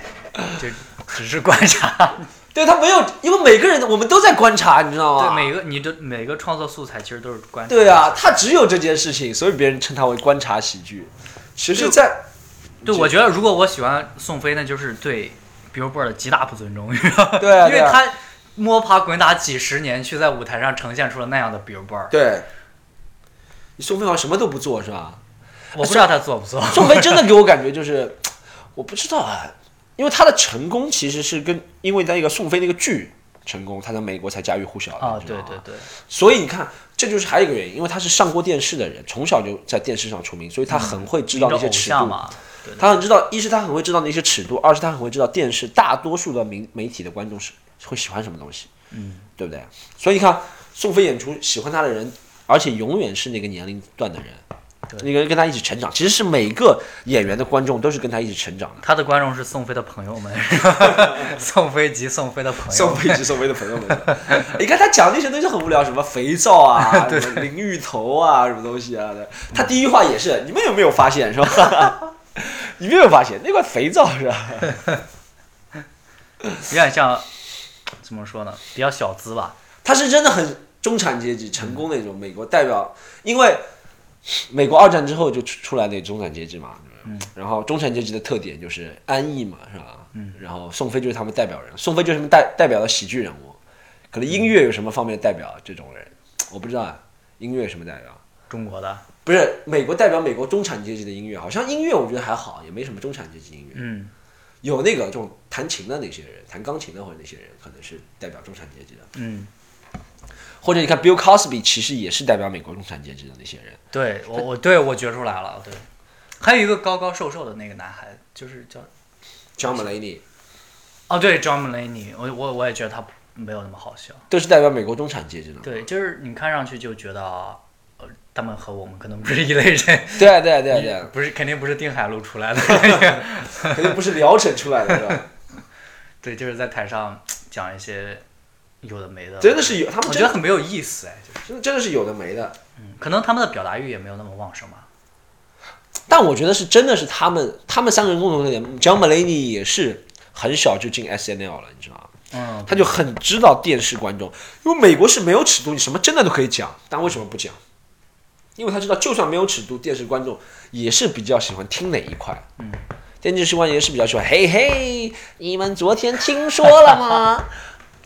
B: 就只是观 察。
A: 对他没有，因为每个人我们都在观察，你知道
B: 对
A: 吗？
B: 每个你的每个创作素材其实都是观察。
A: 对啊，他只有这件事情，所以别人称他为观察喜剧。其实
B: 就
A: 在，
B: 对，我觉得如果我喜欢宋飞，那就是对 Billboard 的极大不尊重，你 知道吗
A: 对啊
B: 因
A: 对
B: 为
A: 啊
B: 他摸爬滚打几十年，去在舞台上呈现出了那样的 Billboard，
A: 对，你宋飞好像什么都不做是吧？
B: 我不知道他做不做。
A: 宋飞真的给我感觉就是，我不知道啊，因为他的成功其实是跟因为那个宋飞那个剧成功，他在美国才家喻户晓的
B: 啊，
A: 你知
B: 对
A: 道吗
B: 对对，
A: 所以你看，这就是还有一个原因，因为他是上过电视的人，从小就在电视上出名，所以他很会知道
B: 你
A: 那
B: 的
A: 些
B: 嗯偶
A: 尺
B: 像
A: 度。
B: 嘛，对
A: 他很知道，一是他很会知道那些尺度，二是他很会知道电视大多数的媒媒体的观众是会喜欢什么东西，
B: 嗯，
A: 对不对？所以你看，宋飞演出喜欢他的人，而且永远是那个年龄段的人，那个人跟他一起成长，其实是每个演员的观众都是跟他一起成长的。
B: 他的观众是宋飞的朋 友们，宋飞及宋飞的朋友
A: 宋
B: 们。
A: 飞及宋飞的朋友们， 你看他讲那些东西很无聊，什么肥皂啊，什么淋浴头啊，什么东西啊的。他第一话也是，你们有没有发现是吧？ 你们有没有发现那块肥皂是吧？
B: 有点像，怎么说呢？比较小资吧。
A: 他是真的很中产阶级成功那种美国代表，因为美国二战之后就出出来那中产阶级嘛，然后中产阶级的特点就是安逸嘛，是吧？嗯，然后宋飞就是他们代表人，宋飞就是他们代代表的喜剧人物，可能音乐有什么方面代表这种人，我不知道啊，音乐有什么代表？
B: 中国的，
A: 不是美国代表美国中产阶级的音乐，好像音乐我觉得还好，也没什么中产阶级音乐。
B: 嗯，
A: 有那个这种弹琴的那些人，弹钢琴的或者那些人，可能是代表中产阶级的。
B: 嗯，
A: 或者你看 Bill Cosby，其实也是代表美国中产阶级的那些人。
B: 对我我对我觉出来了，对。还有一个高高瘦瘦的那个男孩，就是叫
A: John Mulaney
B: 哦，对，John Mulaney，我我我也觉得他没有那么好笑。
A: 都是代表美国中产阶级的。
B: 对，就是你看上去就觉得，呃，他们和我们可能不是一类人，
A: 对啊对啊对啊对啊，
B: 不是肯定不是定海路出来的。
A: 肯定不是聊城出来的，是 吧？
B: 对，就是在台上讲一些有的没的，
A: 真的是有，他们
B: 我
A: 真
B: 觉得
A: 的
B: 很没有意思哎，就是
A: 真的真的是有的没的。
B: 嗯可能他们的表达欲也没有那么旺盛吧。
A: 但我觉得是真的是他们，他们三个人共同特点，John Mulaney 也是很小就进 S N L 了，你知道吗？
B: 嗯，
A: 他就很知道电视观众，因为美国是没有尺度，你什么真的都可以讲，但为什么不讲？因为他知道，就算没有尺度，电视观众也是比较喜欢听哪一块。嗯，电视观众也是比较喜欢，嘿嘿，你们昨天听说了吗？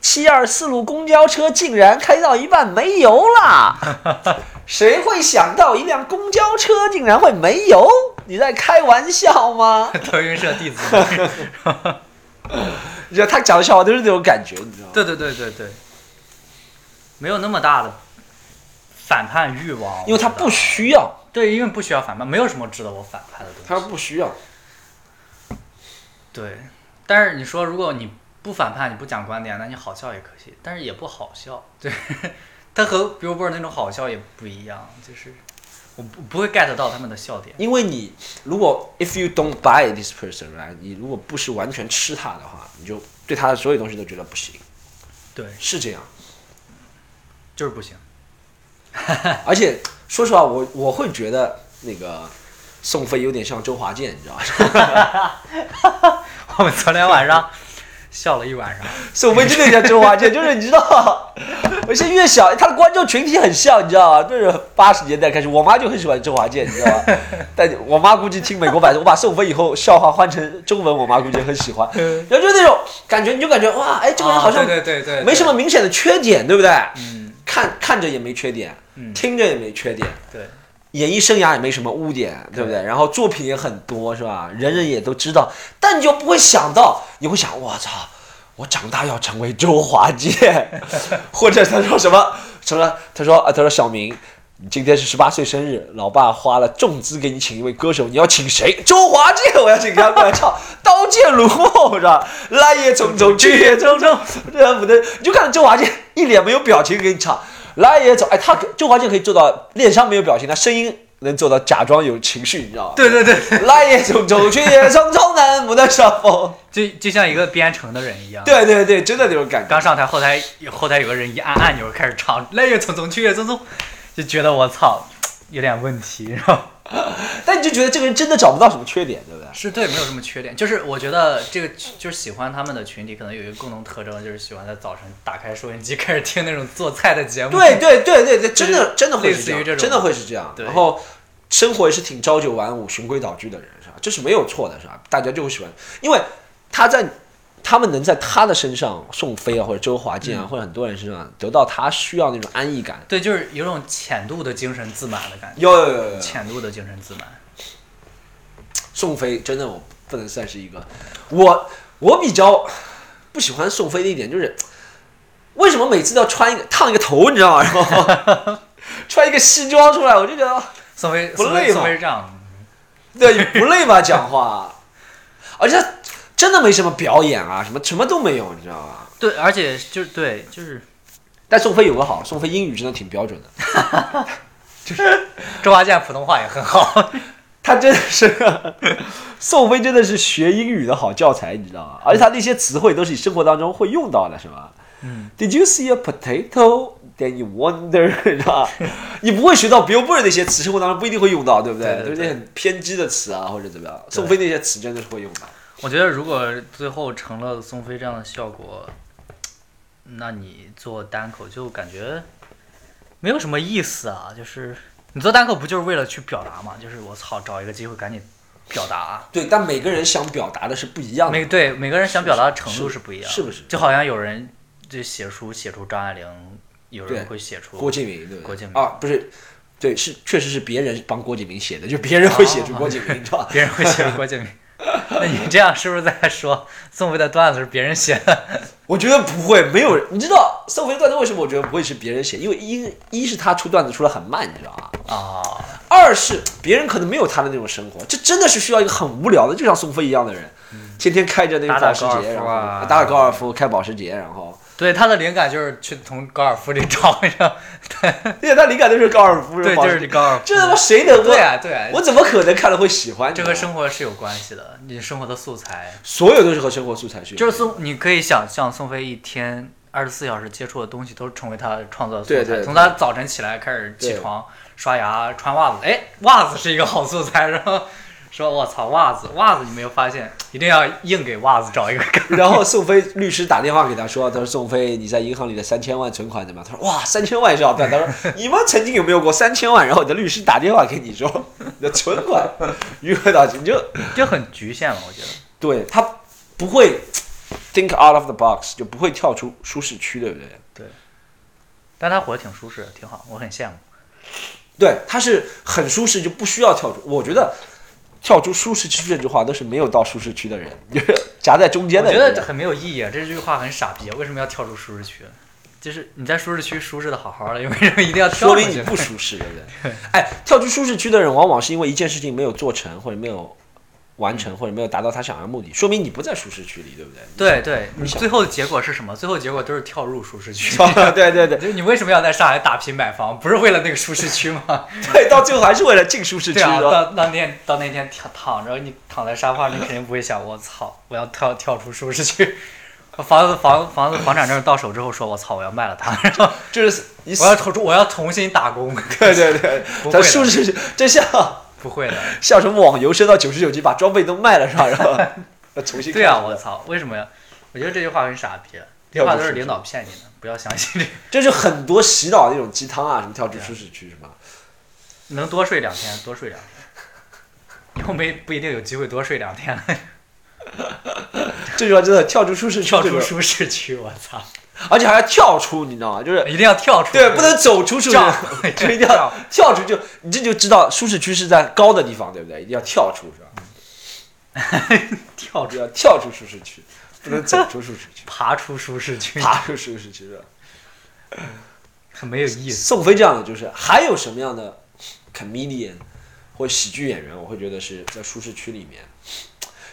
A: 七二四路公交车竟然开到一半没油了， 谁会想到一辆公交车竟然会没油？你在开玩笑 吗？
B: 德云社弟子。
A: 你知道他讲的笑话都是这种感觉，你知道吗？
B: 对对对对对，没有那么大的反叛欲望，
A: 因为他
B: 我觉得
A: 不需要，
B: 对，因为不需要反叛，没有什么值得我反叛的东西。
A: 他不需要。
B: 对，但是你说如果你不反叛，你不讲观点，那你好笑也可惜，但是也不好笑。对， 它和 Billboard 那种好笑也不一样，就是我不不会 get 到他们的笑点。
A: 因为你如果 if you don't buy this person right，你如果不是完全吃他的话，你就对他的所有东西都觉得不行，
B: 对，
A: 是这样。
B: 就是不行。
A: 而且说实话，我我会觉得那个宋飞有点像周华健，你知道吗？
B: 我们昨天晚上笑了一晚上。
A: 宋飞真的像周华健，就是你知道， 而且越小他的观众群体很小，你知道吗？就是八十年代开始，我妈就很喜欢周华健，你知道 吗？但我妈估计听美国版，我把宋飞以后笑话换成中文，我妈估计也很喜欢。
B: 嗯
A: 然后就是那种感觉，你就感觉哇，哎，这个人好像
B: 啊对对对对对
A: 没什么明显的缺点，对不对？
B: 嗯，
A: 看看着也没缺点，
B: 嗯
A: 听着也没缺点，
B: 对，
A: 演艺生涯也没什么污点，对不对？然后作品也很多，是吧？人人也都知道，但你就不会想到，你会想，我操，我长大要成为周华健，或者他说什么，什么？他说啊，他说小明。你今天是十八岁生日，老爸花了重资给你请一位歌手，你要请谁？周华健，我要请他过来唱《刀剑如梦》，是吧？来也匆匆，去也匆匆，这不对，你就看周华健一脸没有表情给你唱，来也走，哎，他可周华健可以做到脸上没有表情，他声音能做到假装有情绪，你知道吗？
B: 对对对，
A: 来也匆匆，去也匆匆，南无的上风。
B: 就就像一个编程的人一样。
A: 对对对，真的那种感觉。
B: 刚上台，后台后台有个人一按按钮开始唱，来也匆匆去也匆匆，就觉得我操有点问题，然后
A: 但你就觉得这个人真的找不到什么缺点，对不对？
B: 是对没有什么缺点，就是我觉得这个就是喜欢他们的群体可能有一个共同特征，就是喜欢在早晨打开收音机开始听那种做菜的节目。
A: 对对对对对，真的真的会
B: 类
A: 是
B: 似
A: 这样
B: 于这，种
A: 真的会是这样。
B: 对
A: 然后生活也是挺朝九晚五、循规蹈矩的人，是吧？这是没有错的，是吧？大家就会喜欢，因为他在他们能在他的身上，宋飞啊，或者周华健啊，或者很多人身上得到他需要那种安逸感。
B: 对，就是有种浅度的精神自满的感觉，
A: 有有有有有，
B: 浅度的精神自满。
A: 宋飞真的我不能算是一个，我我比较不喜欢宋飞的一点就是，为什么每次都要穿一个烫一个头，你知道吗？然 后穿一个西装出来，我就觉得
B: 宋飞，
A: 不
B: 宋
A: 累吗
B: 飞，宋飞是这样，
A: 对不累吧讲话，而且他真的没什么表演啊，什么什么都没有，你知道吗？
B: 对，而且就是对，就是
A: 但宋飞有个好，宋飞英语真的挺标准的，
B: 周华健普通话也很好。
A: 他真的是宋飞真的是学英语的好教材，你知道吗？而且他那些词汇都是你生活当中会用到的，是吧？
B: 嗯
A: Did you see a potato? Then you wonder，是吧？ 你不会学到 Billboard 那些词，生活当中不一定会用到，对不对？
B: 对对对
A: 都是那些很偏激的词啊，或者怎么样。宋飞那些词真的是会用到。
B: 我觉得如果最后成了宋飞这样的效果，那你做单口就感觉没有什么意思啊。就是你做单口不就是为了去表达嘛？就是我操，找一个机会赶紧表达。啊
A: 对，但每个人想表达的是不一样的。
B: 每对每个人想表达的程度
A: 啊是
B: 是不一样，
A: 是不是
B: 就好像有人就写书写出张爱玲，有
A: 对
B: 人会写出
A: 郭敬明，对不对？
B: 郭敬明
A: 啊，不是，对，是确实是别人帮郭敬明写的，就别人会写
B: 哦
A: 出郭敬明，你知道吧？
B: 啊别人会写出郭敬明。 那你这样是不是在说宋飞的段子是别人写的？
A: 我觉得不会，没有人，你知道宋飞段子为什么我觉得不会是别人写？因为一一是他出段子出的很慢，你知道吧？
B: 啊，
A: 二是别人可能没有他的那种生活，这真的是需要一个很无聊的，就像宋飞一样的人，天天开着那个
B: 打
A: 保
B: 嗯打
A: 时
B: 高尔
A: 捷，然
B: 夫
A: 后
B: 啊
A: 打打高尔夫，开保时捷，然后，
B: 对，他的灵感就是去从高尔夫里找一 个，
A: 而且他灵感都是高尔夫，
B: 对，
A: 保
B: 就
A: 时
B: 是
A: 捷
B: 高尔夫。
A: 这他妈谁能
B: 对啊，对啊，
A: 我怎么可能看了会喜欢？
B: 这和
A: 活
B: 生活是有关系的，你生活的素材
A: 所有都是和生活素材是有
B: 就是
A: 关
B: 宋，你可以想象宋飞一天二十四小时接触的东西都成为他创作的素材。
A: 对对对
B: 从他早晨起来开始起
A: 对
B: 床、刷牙、穿袜子，哎，袜子是一个好素材，然后 说我操袜子袜子，你没有发现，一定要硬给袜子找一个 梗。
A: 然后宋飞律师打电话给他说，他说宋飞，你在银行里的三千万存款怎么样？他说哇，三千万也是好赚。他说你们曾经有没有过三千万？然后你的律师打电话给你说你的存款余额多少钱？你就
B: 就很局限了，我觉得。
A: 对他不会 think out of the box，就不会跳出舒适区，对不对？
B: 对，但他活得挺舒适的，挺好，我很羡慕。
A: 对，他是很舒适，就不需要跳出。我觉得跳出舒适区这句话都是没有到舒适区的人，就是夹在中间
B: 我
A: 的
B: 觉
A: 人。
B: 得这很没有意义啊，这句话很傻逼啊，为什么要跳出舒适区？就是你在舒适区舒适的好好的，为什么一定要跳
A: 说
B: 出
A: 明你
B: 去？
A: 不舒适，对不 对？哎，跳出舒适区的人，往往是因为一件事情没有做成，或者没有完成，或者没有达到他想要的目的，说明你不在舒适区里，对不对？
B: 对对，你
A: 想
B: 最后的结果是什么？最后结果都是跳入舒适区。
A: 对对对
B: 就是你为什么要在上海打拼买房？不是为了那个舒适区吗？
A: 对，到最后还是为了进舒适区
B: 对啊，
A: 的。
B: 到到那到那天躺躺着，你躺在沙发，你肯定不会想，我操，我要跳跳出舒适区。房子房房子房产证到手之后说，我操，我要卖了它， 然后
A: 就是 你
B: 我要重我要重新打工。
A: 对对对
B: 不，会
A: 咱
B: 的
A: 舒适区，这像
B: 不会的，
A: 像什么网游升到九十九级，把装备都卖了是吧？然后要重新
B: 对啊，
A: 开始
B: 我操，为什么呀？我觉得这句话很傻逼，这
A: 跳出
B: 句话都
A: 舒
B: 是
A: 适
B: 领导骗你的，不要相信这个。
A: 这是很多洗脑那种鸡汤啊，什么跳出舒适区什么。
B: 能多睡两天，多睡两天，以后没不一定有机会多睡两天 了，
A: 这句话真的跳出舒适区，
B: 啊跳出
A: 这个
B: 舒适区，我操，
A: 而且还要跳出，你知道吗？就是
B: 一定要跳出，
A: 对， 不能走出舒适
B: 这样
A: 区， 就一定要跳出就，你这就知道舒适区是在高的地方，对不对？一定要跳出，是吧？
B: 跳出
A: 要跳出舒适区，不能走出舒适 区，
B: 爬出舒适区，
A: 爬出舒适区是吧？
B: 很没有意思。
A: 宋飞这样的就是，还有什么样的 comedian 或喜剧演员，我会觉得是在舒适区里面？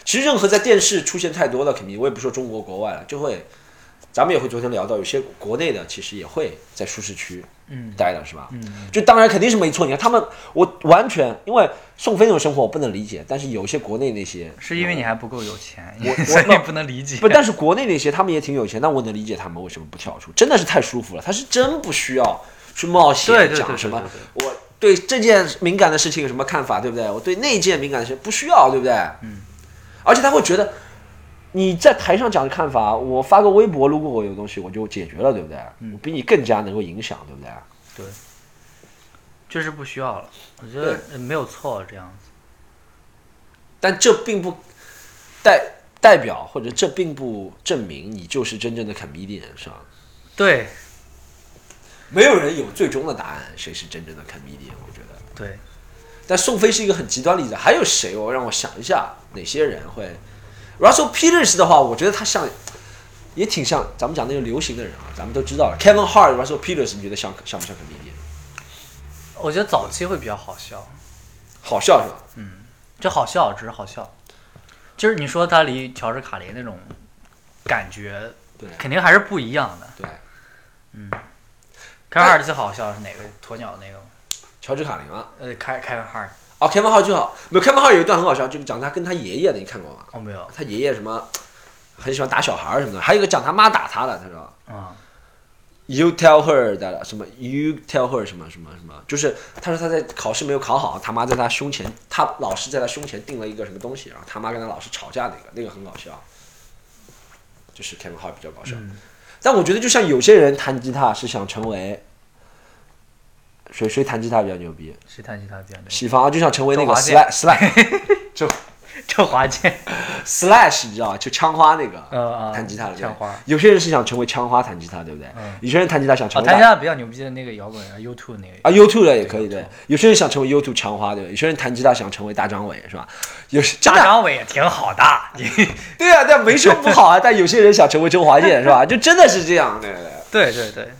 A: 其实任何在电视出现太多的 comedian，我也不说中国国外了，就会，咱们也会昨天聊到，有些国内的其实也会在舒适区
B: 嗯
A: 待着，是吧？
B: 嗯，
A: 就当然肯定是没错。你看他们，我完全因为宋飞那种生活我不能理解，但是有些国内那些
B: 是因为你还不够有钱
A: 我，我
B: 所以不能理解。
A: 不，但是国内那些他们也挺有钱，但我能理解他们为什么不跳出，真的是太舒服了。他是真不需要去冒险
B: 对对对
A: 讲
B: 对
A: 什么
B: 对，
A: 我对这件敏感的事情有什么看法，对不对？我对那件敏感的事不需要，对不对？嗯，而且他会觉得。你在台上讲的看法，我发个微博，如果我有东西，我就解决了，对不对？
B: 嗯
A: 我比你更加能够影响，对不对？
B: 对，就是不需要了，我觉得呃没有错，这样子。
A: 但这并不代代表，或者这并不证明你就是真正的 comedian，是吧？
B: 对
A: 没有人有最终的答案，谁是真正的 comedian？我觉得。
B: 对，
A: 但宋飞是一个很极端例子，还有谁？我让我想一下，哪些人会？Russell Peters 的话，我觉得他像，也挺像咱们讲那个流行的人啊，咱们都知道了。Kevin Hart、Russell Peters，你觉得像像不像 comedian？
B: 我觉得早期会比较好笑，
A: 好笑是吧？
B: 就好笑，只是好笑。就是你说他离乔治卡林那种感觉，
A: 对
B: 肯定还是不一样的。
A: 对，
B: 凯文哈尔最好笑的是哪个？鸵鸟那个吗？
A: 乔治卡林啊，
B: 呃，凯凯文哈尔，
A: 哦，Kevin Hart 最好，没有 Kevin Hart 有一段很好笑，就是讲他跟他爷爷的，你看过吗？啊
B: 哦没有
A: 他爷爷什么很喜欢打小孩儿什么的，还有一个讲他妈打他的，他说
B: 啊，
A: You tell her that 什么 You tell her 什么什么什么，就是他说他在考试没有考好，他妈在他胸前，他老师在他胸前定了一个什么东西，然后他妈跟他老师吵架那个，那个很搞笑，就是 Kevin Hart 比较搞笑。
B: 嗯
A: 但我觉得就像有些人弹吉他是想成为谁谁弹吉他比较牛逼，
B: 谁弹吉他比较牛？
A: 西方啊就想成为那个
B: 周华健
A: slash slash
B: 郑华健，
A: slash 你知道吧？就枪花那个，
B: 嗯啊，
A: 弹吉他的
B: 枪花。
A: 有些人是想成为枪花弹吉他，对不对？
B: 嗯
A: 有些人弹吉他想
B: 哦，
A: 成为
B: 弹
A: 大
B: 吉他比较牛逼的那个摇滚人 U two 那个，
A: 啊 y o u t u b e 的也可以对
B: YouTube。
A: 有些人想成为 y o u t u b e 枪花，对吧？有些人弹吉他想成为大张伟，是吧？有些真
B: 大
A: 的啊
B: 张伟也挺好的，
A: 对啊，但没说不好啊。但有些人想成为周华健，是吧？就真的是这样，对对对。
B: 对对对。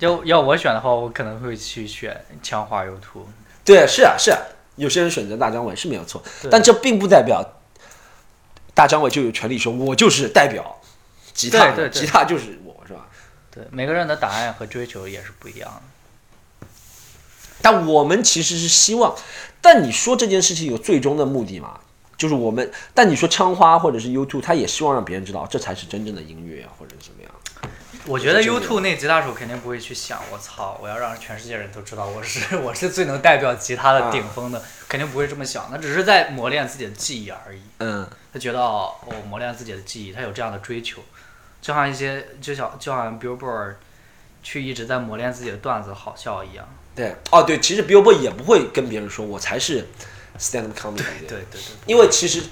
B: 要要我选的话，我可能会去选枪花 U two。
A: 对，是啊是啊，有些人选择大张伟是没有错，
B: 对
A: 但这并不代表大张伟就有权利说，我就是代表吉他，
B: 对对对
A: 吉他就是我，是吧？
B: 对，每个人的答案和追求也是不一样的。
A: 但我们其实是希望，但你说这件事情有最终的目的吗？就是我们，但你说枪花或者是 U2，他也希望让别人知道这才是真正的音乐啊或者怎么样。
B: 我觉得
A: 这个
B: U2 那吉他手肯定不会去想，我操，我要让全世界人都知道我是 我是最能代表吉他的顶峰的，肯定不会这么想。他只是在磨练自己的技艺而已。
A: 嗯，
B: 他觉得哦，我磨练自己的技艺，他有这样的追求，就像一些就像就好像 Billboard 去一直在磨练自己的段子好笑一样。
A: 对，哦对，其实 Billboard 也不会跟别人说我才是 stand up comedy，
B: 对对对，
A: 因为其实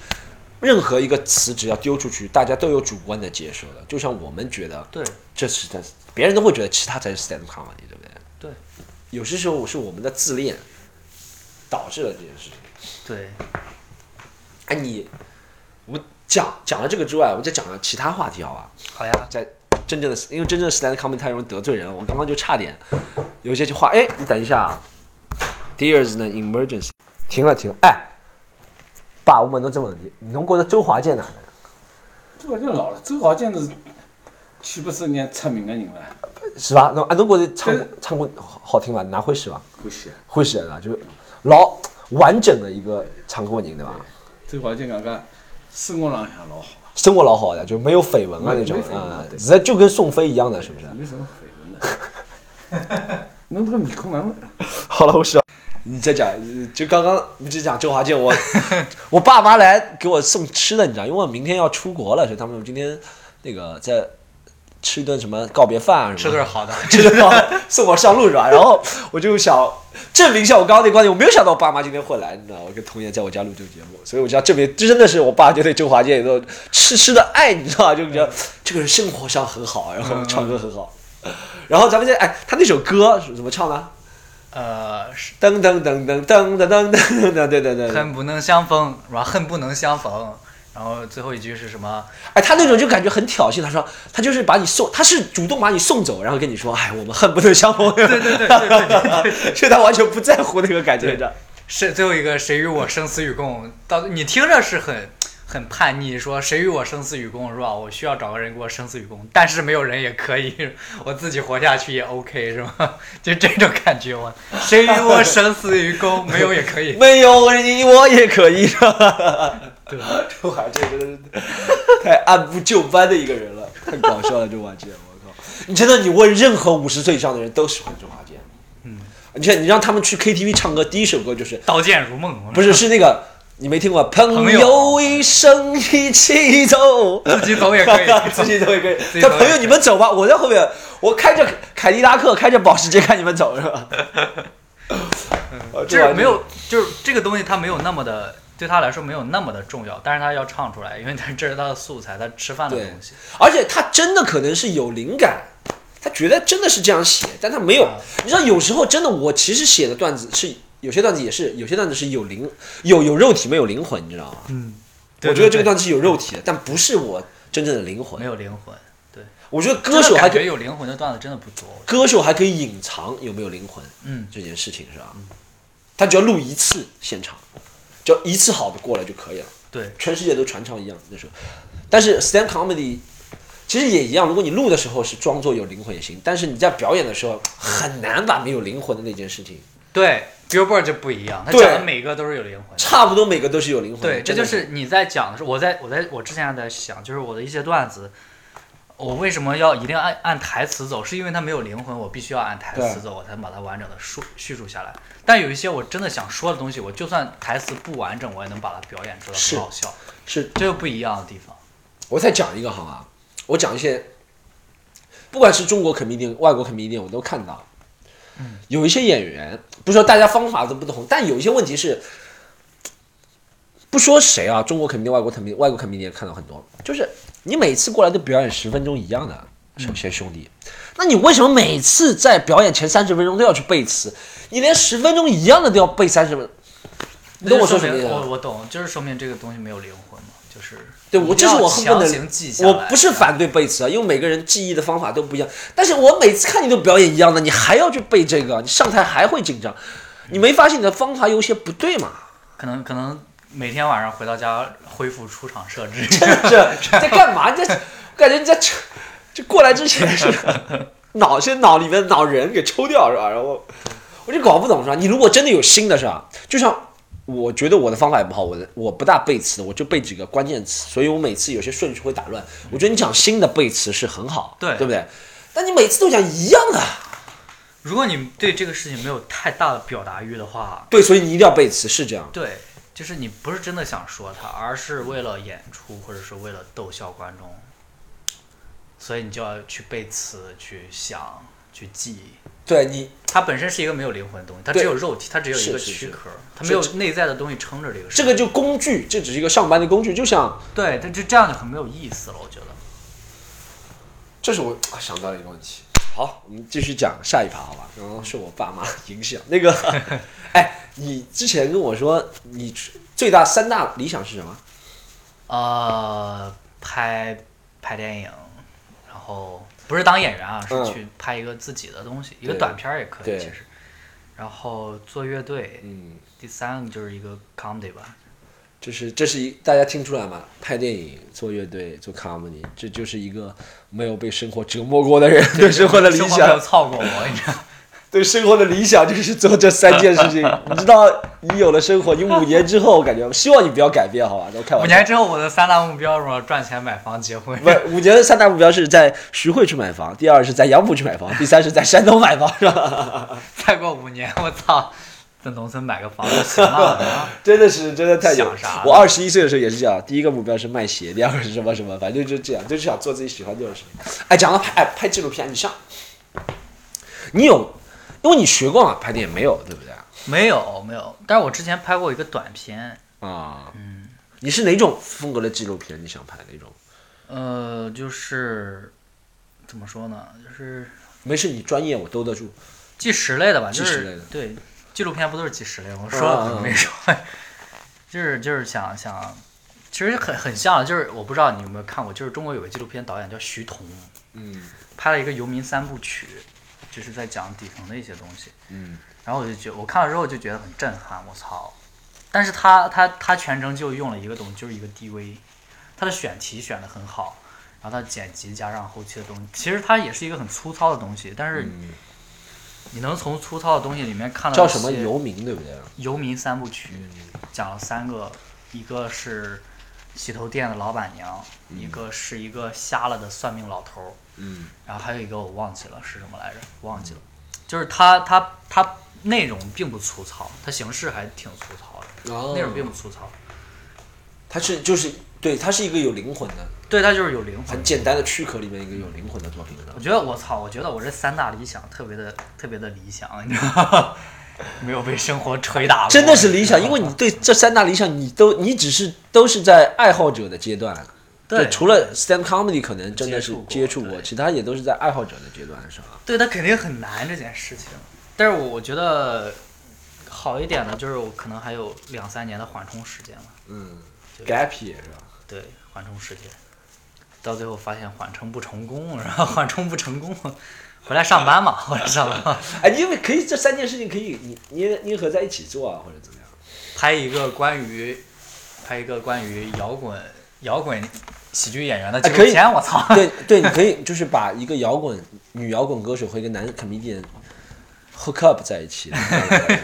A: 任何一个词只要丢出去，大家都有主观的接受的，就像我们觉得
B: 对
A: 这是在，别人都会觉得其他才是 stand up comedy，对不对？
B: 对
A: 有些时候是我们的自恋导致了这件事情。
B: 对，
A: 哎，你我讲讲了这个之外，我再讲讲其他话题好吧？
B: 好呀，
A: 在真正的，因为真正的 stand comedy 太容易得罪人了，我刚刚就差点有一些句话，哎，你等一下啊，There's an emergency，停了停了，哎，爸，我问侬只问题，侬觉得周华健哪能？
C: 周华健老了，周华健是岂不是人家出名的人了？
A: 是吧？侬啊，侬觉得唱
C: 对
A: 唱歌好好听伐？哪欢喜伐？
C: 欢喜。
A: 欢喜的啦，就是老完整的一个唱歌人对伐？
C: 周华健讲讲生活浪向老好，
A: 生活老好的，就是没有绯闻啊
C: 没
A: 那种
C: 没绯闻
A: 啊，
C: 对
A: 实在就跟宋飞一样的，是不是？
C: 没什么绯闻的。 侬这个面孔哪能？
A: 好了，我说，你再讲，就刚刚你只讲周华健，我 我爸妈来给我送吃的，你知道，因为我明天要出国了，所以他们今天那个在吃一顿什么告别饭啊什
B: 这
A: 么
B: 都是
A: 的。
B: 好的。
A: 吃顿好送我上路是吧？然后我就想证明一下我刚刚那个观点，我没有想到我爸妈今天会来，你知道吗，我跟童言在我家录这个节目，所以我就要证明，这真的是我爸就对周华健有种痴痴的爱，你知道吗？就比较这个人生活上很好，然后唱歌很好，然后咱们现在哎，他那首歌是怎么唱的？
B: 呃，是
A: 噔噔噔噔噔噔噔噔噔噔，对对对对。
B: 恨不能相逢，然后恨不能相逢，然后最后一句是什么？
A: 哎，他那种就感觉很挑衅，他说他就是把你送，他是主动把你送走，然后跟你说，哎，我们恨不能相逢。对对对对 对，所以他完全不在乎那个感觉的。
B: 是最后一个谁与我生死与共？到你听着是很很叛逆，说谁与我生死与共是吧？我需要找个人给我生死与共，但是没有人也可以， 我自己活下去也 OK 是吧？ 就这种感觉我，谁与我生死与共？没有也可以。
A: 没有你我也可以。
B: 对，
A: 周华健真的是太按部就班的一个人了，太搞笑了，周华健，我靠！你真的，你问任何五十岁以上的人都喜欢周华健。
B: 嗯，
A: 你看，你让他们去 KTV 唱歌，第一首歌就是
B: 刀剑如梦，
A: 不是是那个你没听过？朋友
B: 友
A: 一生一起走。
B: 自己走也可以
A: 。自己走也可以。
B: 自己
A: 他
B: 走也
A: 朋友，
B: 可以
A: 你们走吧，我在后面，我开着凯迪拉克，开着保时捷看你们走，是吧？啊周华健
B: 就是嗯没有，就是这个东西它没有那么的，对他来说没有那么的重要，但是他要唱出来，因为他这是他的素材，他吃饭的
A: 对
B: 东西。
A: 而且他真的可能是有灵感，他觉得真的是这样写，但他没有。
B: 啊
A: 你知道，有时候真的，我其实写的段子是有些段子也是，有些段子是有灵有有肉体没有灵魂，你知道吗？
B: 嗯，
A: 我觉得这个段子是有肉体的，但不是我真正的灵
B: 没
A: 魂。
B: 有灵魂，对，
A: 我觉得歌手
B: 真的
A: 还可
B: 感
A: 以
B: 觉有灵魂的段子真的不多。
A: 歌手还可以隐藏有没有灵魂
B: 嗯，
A: 这件事情是吧？他只要录一次现场，只要一次好的过了就可以了。
B: 对，
A: 全世界都传唱一样那时候。但是 stand comedy 其实也一样，如果你录的时候是装作有灵魂也行，但是你在表演的时候很难把没有灵魂的那件事情，
B: 对，Billboard 就不一样，他
A: 对
B: 讲的每个都是有灵魂的。
A: 差不多每个都是有灵魂的。
B: 对，
A: 真
B: 这就
A: 的
B: 是你在讲的时候，我在我在我之前还在想，就是我的一些段子，我为什么要一定按按台词走？是因为它没有灵魂，我必须要按台词
A: 对
B: 走，我才能把它完整的述叙述下来。但有一些我真的想说的东西，我就算台词不完整，我也能把它表演出来，
A: 是
B: 很好笑，
A: 是，
B: 这就不一样的地方。
A: 我再讲一个好吗？我讲一些，不管是中国 comedian、外国 comedian，我都看到。有一些演员，不是说大家方法都不同，但有一些问题是，不说谁啊，中国肯定、外国肯定、外国肯定也看到很多，就是你每次过来都表演十分钟一样的，首先兄弟，那你为什么每次在表演前三十分钟都要去背词？你连十分钟一样的都要背三十分钟？你懂我说
B: 那就
A: 什
B: 说
A: 么意
B: 明
A: 思吗
B: 我？我懂，就是说明这个东西没有灵魂嘛，就是
A: 对我，
B: 一定
A: 这是
B: 要
A: 我恨不
B: 强
A: 能
B: 行记下来。
A: 我不是反对背词啊，因为每个人记忆的方法都不一样。但是我每次看你都表演一样的，你还要去背这个，你上台还会紧张，你没发现你的方法有些不对吗？
B: 可能可能每天晚上回到家恢复出厂设置。
A: 这在干嘛？这感觉你在抽就过来之前是脑先脑里面的脑仁给抽掉是吧？然后我就搞不懂是吧？你如果真的有新的是吧？就像我觉得我的方法也不好，我的我不大背词，我就背几个关键词，所以我每次有些顺序会打乱。我觉得你讲新的背词是很好，
B: 对
A: 对不对？但你每次都讲一样的，
B: 如果你对这个事情没有太大的表达欲的话，
A: 对，所以你一定要背词，是这样。
B: 对，就是你不是真的想说它，而是为了演出或者是为了逗笑观众，所以你就要去背词、去想、去记。
A: 对你，
B: 它本身是一个没有灵魂的东西，它
A: 对
B: 只有肉体，它只有一
A: 是
B: 个
A: 是
B: 躯
A: 是
B: 壳，它
A: 这
B: 没有
A: 这
B: 内在的东西撑着这个事
A: 这
B: 情。
A: 个就工具，这只是一个上班的工具，就像
B: 对，它就这样就很没有意思了，我觉得。
A: 这是我啊想到了一个问题。嗯好，我们继续讲下一趴，好吧？然后受我爸妈影响。那个， 哎，你之前跟我说你最大三大理想是什么？
B: 呃，拍拍电影，然后不是当演员啊，是
A: 嗯
B: 去拍一个自己的东西，一个
A: 对
B: 短片儿也可以
A: 对
B: 其实。然后做乐队，
A: 嗯，
B: 第三个就是一个 comedy 吧，
A: 就是这是一大家听出来吗？拍电影、做乐队、做 comedy，这就是一个没有被生活折磨过的人对生活的理
B: 生活没有
A: 想，
B: 操过我，你知道吗。
A: 对生活的理想就是做这三件事情。你知道，你有了生活，你五年之后，我感觉希望你不要改变，好吧？都开
B: 五
A: 玩笑
B: 年。之后我的三大目标是吧？赚钱、买房、结婚。
A: 不，五年的三大目标是在徐汇去买房，第二是在杨浦去买房，第三是在山东买房，是吧？
B: 再过五年，我操，在农村买个房就行了。啊
A: 真的是，真的太有
B: 想啥呢。
A: 我二十一岁的时候也是这样，第一个目标是卖鞋，第二个是什么什么，反正就这样，就是想做自己喜欢做的事情。哎，讲到拍哎拍纪录片，你像，你有，因为你学过嘛，拍电影没有，对不对？
B: 没有没有，但是我之前拍过一个短片，
A: 啊，嗯，你是哪种风格的纪录片？你想拍哪种？
B: 呃，就是怎么说呢，就是
A: 没事，你专业我兜得住。
B: 纪实类的吧，
A: 纪
B: 就
A: 实
B: 是
A: 类的
B: 对纪录片不都是纪实类？我说
A: 啊
B: 了
A: 啊
B: 没说，就是就是想想，其实很很像，就是我不知道你有没有看过，就是中国有个纪录片导演叫徐桐，
A: 嗯
B: 拍了一个游民三部曲，就是在讲底层的一些东西。
A: 嗯，
B: 然后我就觉我看了之后就觉得很震撼，我操！但是他他他全程就用了一个东西，就是一个 DV，他的选题选的很好，然后他剪辑加上后期的东西，其实它也是一个很粗糙的东西，但是
A: 嗯
B: 你能从粗糙的东西里面看到
A: 叫
B: 一
A: 什么
B: 些
A: 游民，对不对？
B: 游民三部曲，讲了三个，一个是洗头店的老板娘，一个是一个瞎了的算命老头儿，
A: 嗯。
B: 然后还有一个我忘记了是什么来着，忘记了，就是他他他内容并不粗糙，他形式还挺粗糙的，
A: 哦
B: 内容并不粗糙，
A: 它是就是对，它是一个有灵魂的，
B: 对他就是有灵魂
A: 很。简单的躯壳里面一个有灵魂的作品。
B: 我觉得我操，我觉得我这三大理想特别的特别的理想，你知道吗？没有被生活捶打过，
A: 真的是理想，
B: 你
A: 因
B: 知道
A: 为
B: 吗
A: 你对这三大理想，你都你只是都是在爱好者的阶段，啊
B: 对
A: 就除了 stand comedy 可能真的是
B: 接
A: 接
B: 触
A: 触
B: 过
A: 过，
B: 对
A: 其他也都是在爱好者的阶段，是吧？
B: 对他肯定很难这件事情。但是我我觉得好一点的就是我可能还有两三年的缓冲时间嘛，
A: 嗯
B: 对
A: ，gap year 是吧？
B: 对，缓冲时间，到最后发现缓冲不成功，然后缓冲不成功，回来上班嘛，回来上班，
A: 哎，因为可以这三件事情可以你你捏合在一起做啊，或者怎么样？
B: 拍一个关于拍一个关于摇滚摇滚喜剧演员的纪
A: 哎
B: 录
A: 可以
B: 片，我操！
A: 对对，你可以就是把一个摇滚女摇滚歌手和一个男 comedian hook up 在一起，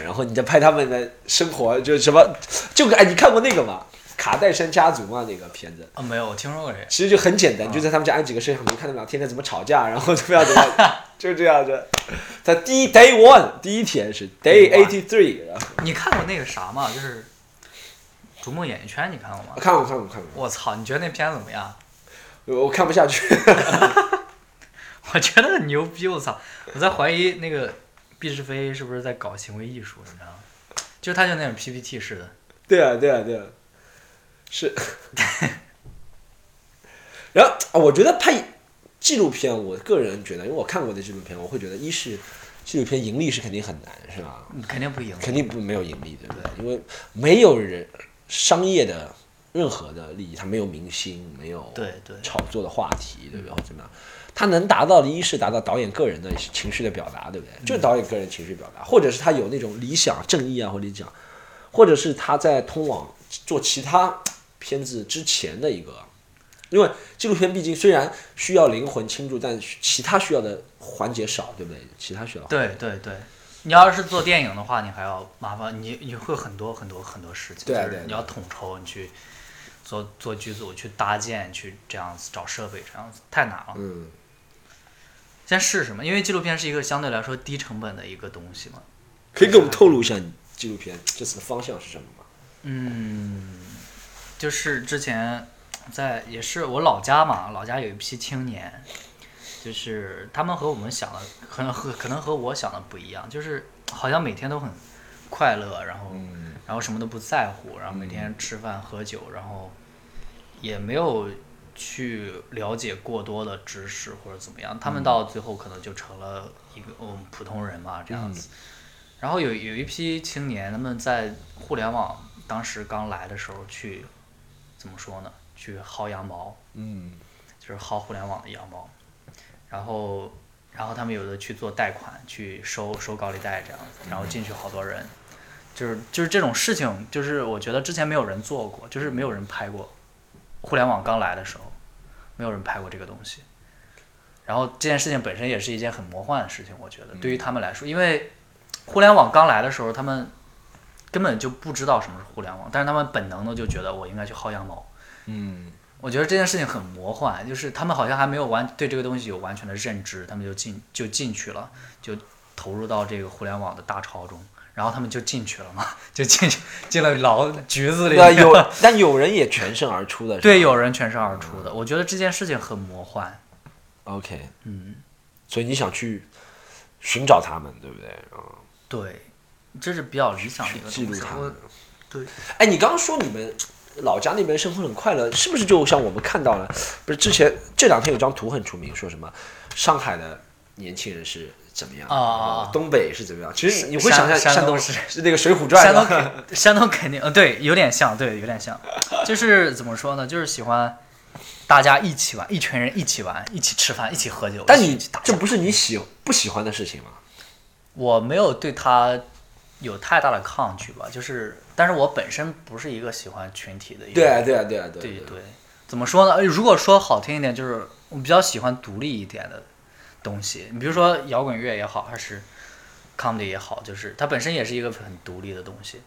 A: 然后你再拍他们的生活，就什么就哎，你看过那个吗？卡戴珊家族嘛，那个片子
B: 啊、没有，我听说过这个。
A: 其实就很简单，就在他们家安几个摄像头，看他们俩天天怎么吵架，然后怎么样怎么样，就这样子。他第一 day one 第一天是 day
B: Day one
A: eighty three，
B: 你看过那个啥吗？就是《逐梦演艺圈》，你看过吗？
A: 看过看过看过，
B: 我操！你觉得那片怎么样？
A: 我我看不下去。
B: 我觉得很牛逼，我操！我在怀疑那个毕志飞是不是在搞行为艺术，你知道吗？就是他就那种 PPT 似的，
A: 对啊，对啊，对啊，是。 然后啊我觉得拍纪录片，我个人觉得，因为我看过的纪录片，我会觉得，一是纪录片盈利是肯定很难，是吧？
B: 你肯定不赢。
A: 肯定不没有盈利，对不对？因为没有人商业的任何的利益，它没有明星，没有
B: 对对
A: 炒作的话题，对不对？或者怎么样？他能达到的，一是达到导演个人的情绪的表达，对不对？就是导演个人情绪表达，或者是他有那种理想、正义啊，或者理想，或者是他在通往做其他片子之前的一个，因为纪录片毕竟虽然需要灵魂倾注，但其他需要的环节少，对不对？其他需要
B: 对对对，你要是做电影的话，你还要麻烦你，你会有很多很多很多事情，
A: 对
B: 就
A: 对
B: 是
A: 对
B: 你要统筹，你去做做剧组，去搭建，去这样子找设备，这样子太难了。
A: 嗯，
B: 先试试嘛，因为纪录片是一个相对来说低成本的一个东西嘛。
A: 可以给我们透露一下你纪录片这次的方向是什么吗？
B: 嗯，就是之前在也是我老家嘛，老家有一批青年，就是他们和我们想的，可能和可能和我想的不一样，就是好像每天都很快乐，然后
A: 嗯
B: 然后什么都不在乎，然后每天吃饭喝酒，然后也没有去了解过多的知识或者怎么样，他们到最后可能就成了一个我们普通人嘛这样子。然后有有一批青年，他们在互联网当时刚来的时候去，怎么说呢？去薅羊毛，
A: 嗯
B: 就是薅互联网的羊毛，然后然后他们有的去做贷款，去收收高利贷这样子，然后进去好多人，就是就是这种事情，就是我觉得之前没有人做过，就是没有人拍过，互联网刚来的时候，没有人拍过这个东西。然后这件事情本身也是一件很魔幻的事情，我觉得对于他们来说，因为互联网刚来的时候，他们根本就不知道什么是互联网，但是他们本能的就觉得我应该去薅羊毛，
A: 嗯
B: 我觉得这件事情很魔幻，就是他们好像还没有完对这个东西有完全的认知，他们就进就进去了，就投入到这个互联网的大潮中，然后他们就进去了嘛， 就进去进了牢局子里
A: 那
B: 面。
A: 啊有， 但有人也全身而出的是吧，
B: 对有人全身而出的，我觉得这件事情很魔幻。
A: OK，
B: 嗯，
A: 所以你想去寻找他们，对不对？嗯，
B: 对，这是比较理想的一
A: 去记录
B: 个东西
A: 他。
B: 我
A: 们。
B: 对，
A: 哎，你刚刚说你们老家那边生活很快乐，是不是就像我们看到了？不是之前这两天有张图很出名，说什么上海的年轻人是怎么样
B: 啊啊啊
A: 东北是怎么样？其实你会
B: 山
A: 想象
B: 山
A: 山
B: 东
A: 东
B: 是
A: 是那个《水浒传
B: 山》 东
A: 吧
B: 肯山东肯定，呃，对，有点像，对，有点像，就是怎么说呢，就是喜欢大家一起玩，一群人一起玩，一起吃饭，一起喝酒。
A: 但
B: 一起
A: 你
B: 去打
A: 这不是你喜不喜欢的事情吗？
B: 我没有对他有太大的抗拒吧，就是，但是我本身不是一个喜欢群体的一个
A: 对啊，
B: 对
A: 对啊，对啊，对啊
B: 对怎么说呢？呃如果说好听一点，就是我比较喜欢独立一点的东西，你比如说摇滚乐也好，还是 comedy 也好，就是它本身也是一个很独立的东西。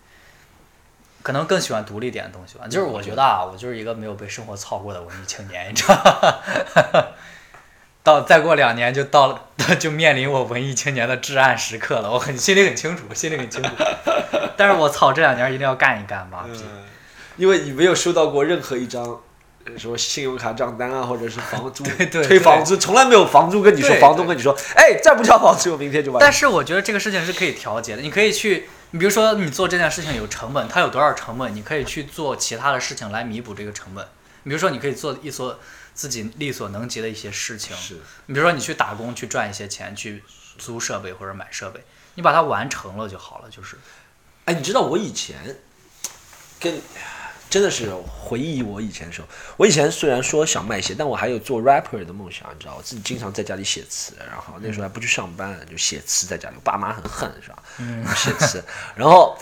B: 可能更喜欢独立点的东西吧，就是我觉得啊，我就是一个没有被生活操过的文艺青年，你 知道吗？到再过两年就到了，就面临我文艺青年的至暗时刻了。我很心里很清楚，心里很清楚。但是我操，这两年一定要干一干
A: 嗯
B: 吧。
A: 因为你没有收到过任何一张。呃什么信用卡账单啊，或者是房租
B: 对对
A: 推房租，从来没有房租跟你说，
B: 对
A: 房东跟你说，哎，再不交房租，我明天就把你
B: 但是我觉得这个事情是可以调节的，你可以去，你比如说你做这件事情有成本，它有多少成本，你可以去做其他的事情来弥补这个成本。比如说，你可以做一所自己力所能及的一些事情，
A: 是
B: 你比如说你去打工去赚一些钱，去租设备或者买设备，你把它完成了就好了，就是。
A: 哎，你知道我以前跟真的是回忆我以前的时候，我以前虽然说想卖鞋，但我还有做 rapper 的梦想，你知道，我自己经常在家里写词，然后那时候还不去上班，就写词在家里，我爸妈很恨是吧？嗯， 写词，然后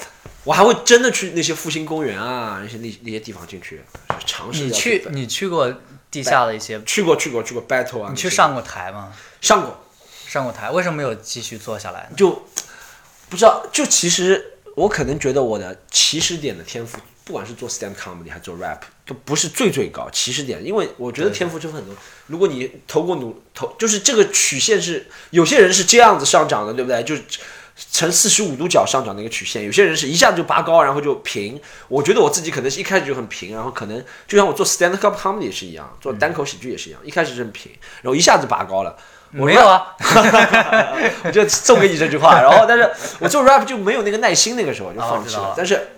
A: 我还会真的去那些复兴公园啊，那些那那些地方进去尝试
B: 你
A: 要
B: 去
A: 去
B: 你去过地下的一些，
A: 去过去过去过 battle 啊，
B: 你
A: 那
B: 去
A: 些
B: 上过台吗？
A: 上过，
B: 上过台，为什么没有继续做下来呢？
A: 就不知道，就其实我可能觉得我的起始点的天赋，不管是做 stand comedy 还是做 rap，都不是最最高起始点，因为我觉得天赋这分很多。如果你投过努投，就是这个曲线是有些人是这样子上涨的，对不对？就是呈四十五度角上涨的一个曲线，有些人是一下子就拔高，然后就平。我觉得我自己可能是一开始就很平，然后可能就像我做 stand up comedy 也是一样，做单口喜剧也是一样，一开始是很平，然后一下子拔高了。我
B: 没有啊，
A: 我就送给你这句话。然后，但是我做 rap 就没有那个耐心，那个时候就
B: 哦
A: 放
B: 知
A: 弃
B: 道
A: 了。
B: 了
A: 但是，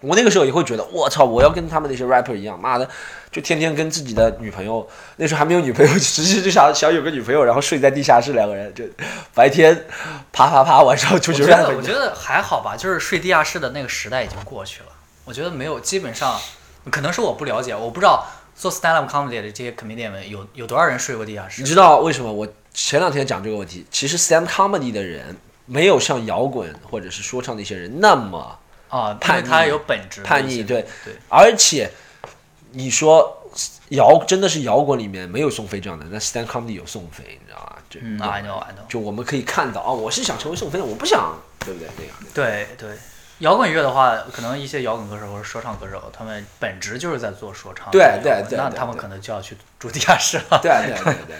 A: 我那个时候也会觉得，我操，我要跟他们那些 rapper 一样，妈的，就天天跟自己的女朋友，那时候还没有女朋友，直接就想想有个女朋友，然后睡在地下室，两个人就白天啪啪啪，晚上出
B: 我
A: 去
B: 觉得
A: rap
B: 我觉得还好吧，就是睡地下室的那个时代已经过去了。我觉得没有，基本上可能是我不了解，我不知道做 stand up comedy 的这些 comedian 们有有多少人睡过地下室
A: 你。知道为什么我前两天讲这个问题？其实 stand comedy 的人没有像摇滚或者是说唱那些人那么。
B: 啊，因
A: 叛
B: 为
A: 逆
B: 他有本质的
A: 叛
B: 一
A: 逆，
B: 些
A: 对
B: 对
A: 而且你说摇真的是摇滚里面没有宋飞这样的，那 stand comedy 有宋飞，你知道吧？这啊
B: 嗯，I know I know。
A: 就我们可以看到啊，我是想成为宋飞，我不想，对不对？ 那样的，
B: 对对，摇滚乐的话，可能一些摇滚歌手或者说唱歌手，他们本职就是在做说唱。
A: 对对对
B: 那
A: 对
B: 他们
A: 对
B: 可能就要去住地下室了。
A: 对啊对对对，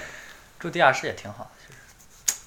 B: 住地下室也挺好的，其实。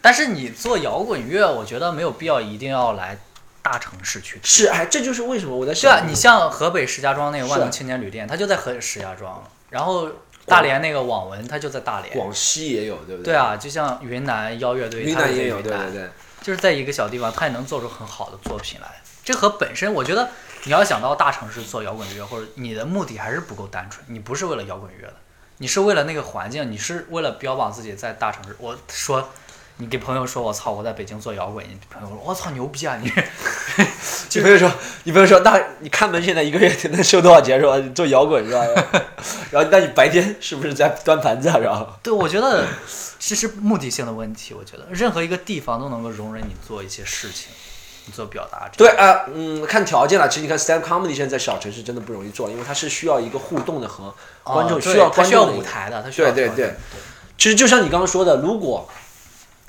B: 但是你做摇滚乐，我觉得没有必要一定要来大城市去。
A: 是哎，这就是为什么我在
B: 对
A: 想，
B: 啊，你像河北石家庄那个万
A: 是啊
B: 能青年旅店，它就在河石家庄，然后大连那个网文，它就在大连。
A: 广西也有，对不
B: 对
A: 对，
B: 啊，就像云南邀乐队，
A: 云
B: 它就
A: 南
B: 在
A: 也有，
B: 云
A: 对
B: 南
A: 对对，
B: 就是在一个小地方，他也能做出很好的作品来。这和本身，我觉得你要想到大城市做摇滚乐，或者你的目的还是不够单纯，你不是为了摇滚乐的，你是为了那个环境，你是为了标榜自己在大城市。我说，你给朋友说我操，我在北京做摇滚，你朋友说我操牛逼啊你。
A: 你朋友说，你朋友说，那你看门现在一个月能收多少钱是吧？你做摇滚是吧？然后，那你白天是不是在端盘子啊？然后，
B: 对，我觉得这是目的性的问题。我觉得任何一个地方都能够容忍你做一些事情，你做表达。
A: 对，啊、嗯，看条件了。其实你看 stand up comedy 现在在小城市真的不容易做，因为它是需要一个互动的和观众，
B: 哦
A: 需要
B: 对他
A: 观
B: 需要
A: 众的
B: 舞
A: 一个
B: 台的，他需要
A: 对对
B: 观
A: 对
B: 众，
A: 其实就像你刚刚说的，如果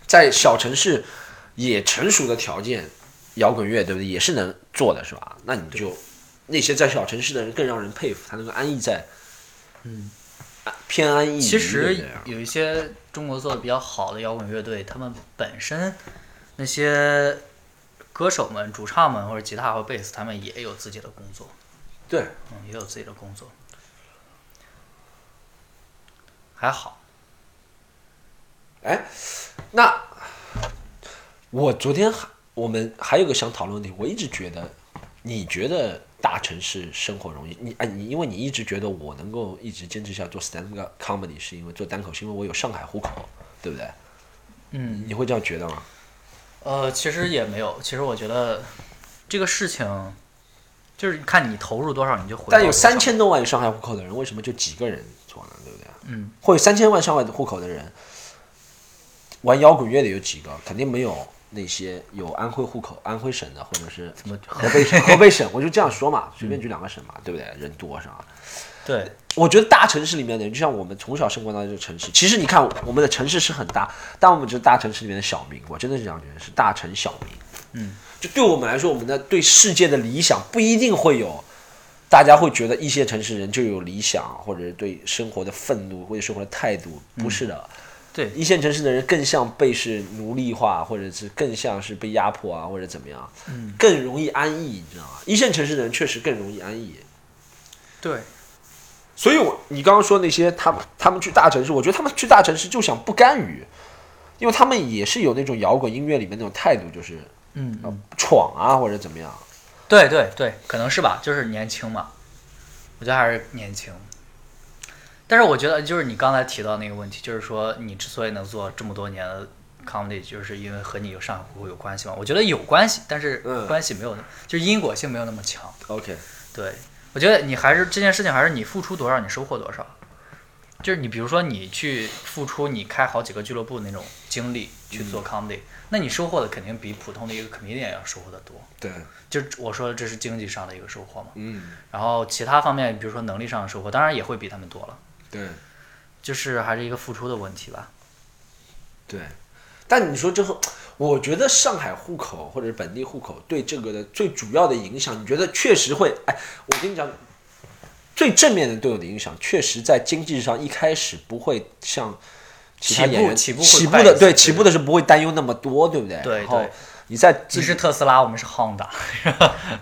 A: 在小城市也成熟的条件，摇滚乐对不对，也是能做的，是吧？那你就那些在小城市的人更让人佩服，他能够安逸在，嗯，偏安逸于
B: 其
A: 的
B: 实
A: 人啊
B: 有一些中国做的比较好的摇滚乐队，他们本身那些歌手们、主唱们或者吉他或贝斯，他们也有自己的工作，
A: 对，
B: 嗯，也有自己的工作，还好。
A: 哎，那我昨天还我们还有个想讨论的问题，我一直觉得，你觉得大城市生活容易？你哎，你因为你一直觉得我能够一直坚持下做 stand up comedy，是因为做单口，是因为我有上海户口，对不对？
B: 嗯，
A: 你会这样觉得吗？
B: 呃，其实也没有，其实我觉得这个事情就是看你投入多少，你就回报
A: 但有
B: 多少
A: 三，千多万有上海户口的人，为什么就几个人做呢？对不对？
B: 嗯，
A: 或者三千万上海户口的人，玩摇滚乐的有几个？肯定没有那些有安徽户口、安徽省的，或者是
B: 怎么
A: 河北省、河北省，我就这样说嘛，随便举两个省嘛，对不对？人多是吧？
B: 对，
A: 我觉得大城市里面的人，就像我们从小生活到这个城市，其实你看我们的城市是很大，但我们只是大城市里面的小民，我真的是这样觉得，是大城小民。
B: 嗯，
A: 就对我们来说，我们的对世界的理想不一定会有，大家会觉得一些城市人就有理想，或者是对生活的愤怒或者生活的态度，不是的。
B: 嗯对
A: 一线城市的人更像被是奴隶化，或者是更像是被压迫啊，或者怎么样，
B: 嗯，
A: 更容易安逸，你知道吗？一线城市的人确实更容易安逸。
B: 对，
A: 所以我，你刚刚说那些他们他们去大城市，我觉得他们去大城市就想不甘于，因为他们也是有那种摇滚音乐里面那种态度，就是
B: 嗯，
A: 呃闯啊或者怎么样。
B: 对对对，可能是吧，就是年轻嘛，我觉得还是年轻。但是我觉得，就是你刚才提到那个问题，就是说你之所以能做这么多年的 comedy，就是因为和你有上海户口有关系嘛？我觉得有关系，但是
A: 嗯
B: 关系没有那，就是因果性没有那么强。
A: OK，
B: 对，我觉得你还是这件事情，还是你付出多少，你收获多少。就是你比如说你去付出你开好几个俱乐部那种精力去做 comedy，、那你收获的肯定比普通的一个 comedian 要收获的多。
A: 对，
B: 就是我说的这是经济上的一个收获嘛。
A: 嗯，
B: 然后其他方面，比如说能力上的收获，当然也会比他们多了，
A: 对
B: 就是还是一个付出的问题吧。
A: 对。但你说之后，我觉得上海户口或者本地户口对这个的最主要的影响，你觉得确实会？哎，我跟你讲，最正面的对我的影响，确实在经济上一开始不会像其他
B: 起步
A: 演员
B: 起步会
A: 起步
B: 快一
A: 的
B: 些
A: 对
B: 对
A: 起步的是不会担忧那么多，对不对？
B: 对
A: 然后
B: 对
A: 你在
B: 你
A: 自
B: 是特斯拉，我们是 Honda，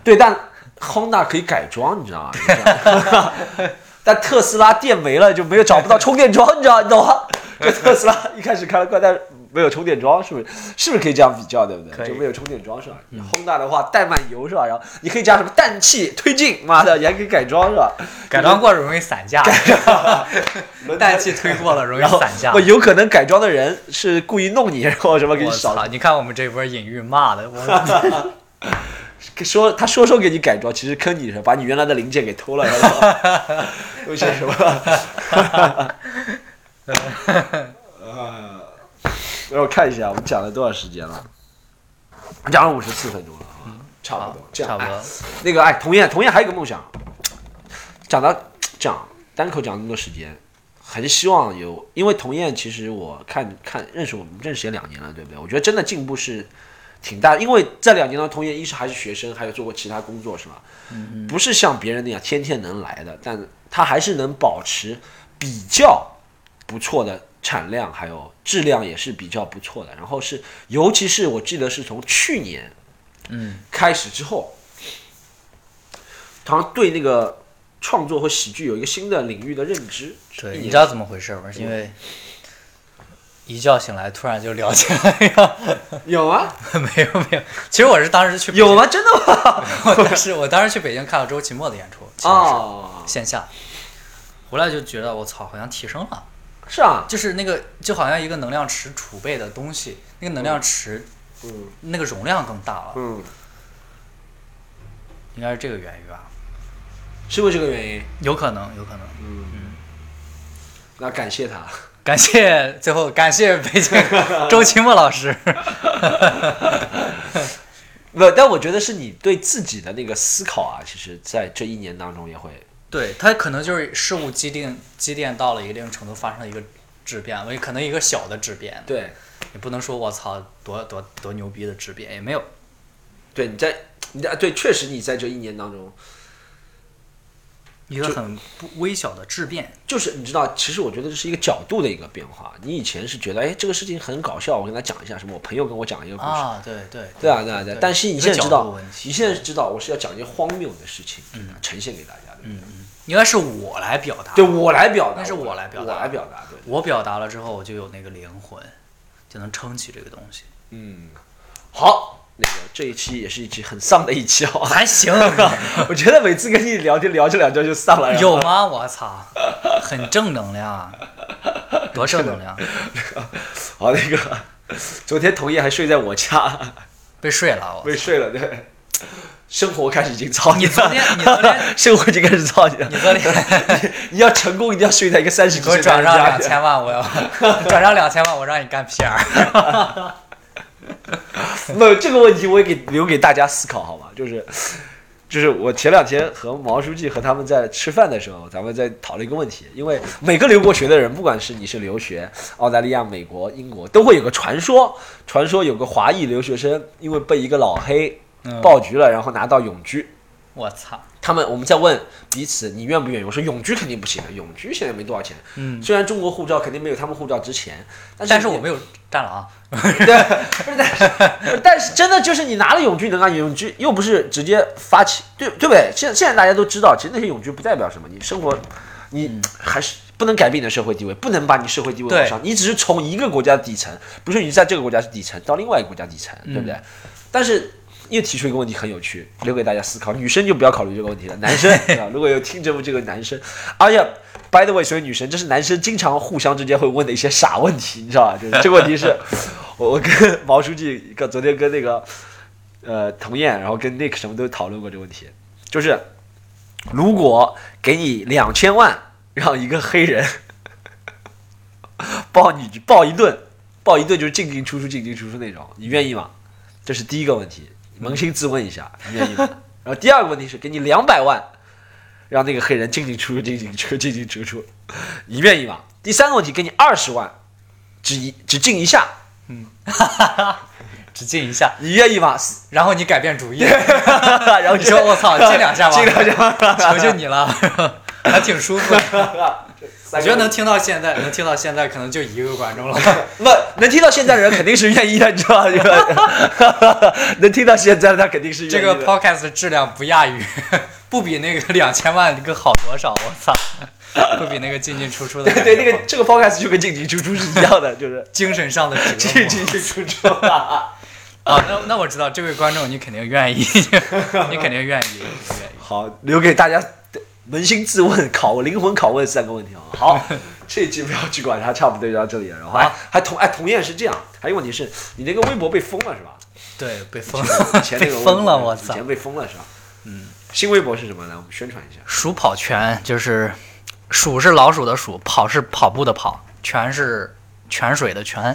A: 对，但 Honda 可以改装，你知道吗？你知道吗 但特斯拉电没了，就没有找不到充电桩，你知道你懂吗？ 就特斯拉一开始开了快，但是没有充电桩，是不是？是不是可以这样比较，对不
B: 可
A: 对？
B: 以
A: 就没有充电桩是吧、h o n d a 的话怠慢油是吧？然后你可以加什么氮气推进，妈的，也可以改装是吧？
B: 改装过了容易散 架，
A: 轮胎
B: 氮气推过了容易
A: 然后
B: 散 架
A: 不。 有可能改装的人是故意弄你，然后什么给你
B: 我
A: 少
B: 操！你看我们这波隐喻骂的， 我
A: 说他说说给你改装，其实坑你是吧把你原来的零件给偷了，然后 又是什么？ 呃，让我看一下，我们讲了多少时间了？讲了五十四分钟了啊，差不多，这样
B: 嗯差不多
A: 哎。那个哎，童燕，童燕还有一个梦想，讲到讲单口讲那么多时间，还是希望有，因为童燕其实我看看认识我们认识也两年了，对不对？我觉得真的进步是挺大，因为这两年呢，童燕一是还是学生，还有做过其他工作，是吧？
B: 嗯
A: 不是像别人那样天天能来的，但他还是能保持比较不错的产量，还有质量也是比较不错的。然后是，尤其是我记得是从去年
B: 嗯
A: 开始之后，好像对那个创作和喜剧有一个新的领域的认知。
B: 对，
A: 一
B: 你
A: 年
B: 知道怎么回事吗？是因为一觉醒来突然就了解了，
A: 有啊，
B: 没有没有。其实我是当时去北
A: 有吗？真的吗？
B: 我当时我当时去北京看了周奇墨的演出，其实是啊
A: 哦，
B: 线下，回来就觉得我操，好像提升了，
A: 是啊，
B: 就是那个就好像一个能量池储备的东西，那个能量池
A: 嗯
B: 那个容量更大了，
A: 嗯，
B: 应该是这个原因吧？
A: 是不是这个原因？
B: 有可能，有可能。
A: 那感谢他。
B: 感谢最后感谢北京周奇墨老 师，
A: 不，但我觉得是你对自己的那个思考啊，其实在这一年当中也会
B: 对他可能就是事物积淀积淀到了一定程度，发生了一个质变，我也可能一个小的质变，
A: 对
B: 也不能说我操多多多牛逼的质变也没有，
A: 对，你在你在对，确实你在这一年当中，
B: 一个很不微小的质变，
A: 就是你知道，其实我觉得这是一个角度的一个变化。你以前是觉得，哎，这个事情很搞笑，我跟他讲一下什么，我朋友跟我讲一个故事，
B: 啊，对对
A: 对啊，对啊，对啊。但是你现在知
B: 一个角度
A: 道
B: 问，题
A: 你现在知道我是要讲一些荒谬的事情，对吧呈现给大家的。嗯，
B: 应该是我来表达，
A: 对我来表达，
B: 那是我来表达
A: 我来表达，对。
B: 我表达了之后，我就有那个灵魂，就能撑起这个东西，
A: 嗯，好，那个这一期也是一期很丧的一期哦。
B: 还行，
A: 我觉得每次跟你聊天聊着聊着就丧了，然后
B: 有吗？我操，很正能量啊，多正能量，
A: 好，那个昨天童烨还睡在我家，
B: 被睡了我。
A: 被睡了。对，生活开始已经操你
B: 你昨
A: 了，
B: 天，你昨天，
A: 生活已经开始操你了。
B: 你昨 天。
A: 你要成功，一定要睡在一个三十几
B: 给我
A: 岁的
B: 转
A: 人
B: 让
A: 家
B: 两
A: 里。
B: 千万，我要 转让两千万，我让你干 PR。
A: 那这个问题我也给留给大家思考，好吧？就是。就是我前两天和毛书记和他们在吃饭的时候，咱们在讨论一个问题，因为每个留过学的人，不管是你是留学澳大利亚、美国、英国，都会有个传说，传说有个华裔留学生因为被一个老黑
B: 嗯
A: 爆菊了，然后拿到永居，
B: 我操，
A: 他们我们在问彼此你愿不愿意？我说永居肯定不行的，啊永居现在没多少钱。
B: 嗯，
A: 虽然中国护照肯定没有他们护照值钱，但是
B: 但是我
A: 们
B: 没有啊战狼，
A: 对，不是但是不是 但是真的就是你拿了永居能拿永居，又不是直接发起，对对不对？现现在大家都知道，其实那些永居不代表什么，你生活你嗯还是不能改变你的社会地位，不能把你社会地位往
B: 对
A: 上，你只是从一个国家底层，不是你在这个国家是底层到另外一个国家底层，对不对？但是。又提出一个问题很有趣，留给大家思考。女生就不要考虑这个问题了，男生啊，如果有听这部这个男生，而且 by the way，所以女生这是男生经常互相之间会问的一些傻问题，你知道吧？就是这个问题是，我我跟毛书记跟昨天跟那个呃童燕，然后跟 Nick 什么都讨论过这个问题，就是如果给你两千万，让一个黑人 抱你抱一顿，抱一顿就是进进出出进进出出那种，你愿意吗？这是第一个问题，扪心自问一下，你愿意吗？ 然后第二个问题是给你两百万，让那个黑人进进出出进进出出进进出出，你愿意吗？第三个问题给你二十万，只一只进一下，
B: 只进一下，
A: 你愿意吗？
B: 然后你改变主意，
A: 然后
B: 你说我 操，进两下吧，
A: 进两下吧，
B: 求 求你了， 还挺舒服的。我
A: 我
B: 觉得能听到现在，能听到现在，可能就一个观众了。
A: 不能听到现在的人肯定是愿意的，你知道 吧？ 能听到现在的他肯定是愿
B: 这
A: 意的。
B: 个 podcast 的质量不亚于， 不比那个两千万个好多少。我操，不比那个进进出出的感觉
A: 对那个这个 podcast 就跟进进出出是一样的，就是
B: 精神上的 折
A: 进
B: 磨。
A: 进出 出。
B: 啊，那那我知道，这位观众你肯定愿意， 你肯定愿意，你肯定愿意。
A: 好，留给大家扪心自问、拷灵魂拷问三个问 题啊。好，这一期不要去管它，差不多就到这里了。然后还
B: 好
A: 还同哎同样是这样，还有问题是你那个微博被封了是 吧？
B: 对，被封了
A: 以，前那
B: 被
A: 个微博
B: 封了，我
A: 以
B: 操！
A: 前被封了是吧？嗯，新微博是什么呢？我们宣传一下。
B: 鼠跑全就是，鼠是老鼠的鼠，跑是跑步的跑，泉是泉水的泉，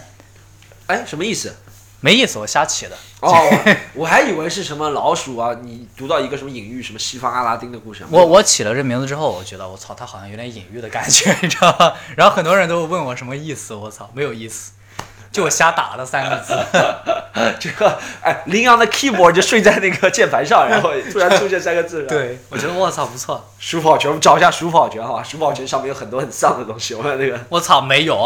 A: 哎，什么意思？
B: 没意思，我瞎起的。
A: 哦，我我还以为是什么老鼠啊，你读到一个什么隐喻，什么西方阿拉丁的故事啊。
B: 我我起了这名字之后，我觉得我操，它好像有点隐喻的感觉， 你知道吗？然后很多人都问我什么意思，我操，没有意思，就我瞎打了三个 字。
A: 这个哎，羚羊的 keyboard 就睡在那个键盘上，然后突然出现三 个字。，
B: 对，我觉得我操不错，
A: 鼠跑泉，我们找一下鼠跑泉好吧？鼠跑泉上面有很多很丧的东西。我们那个，
B: 我操没有，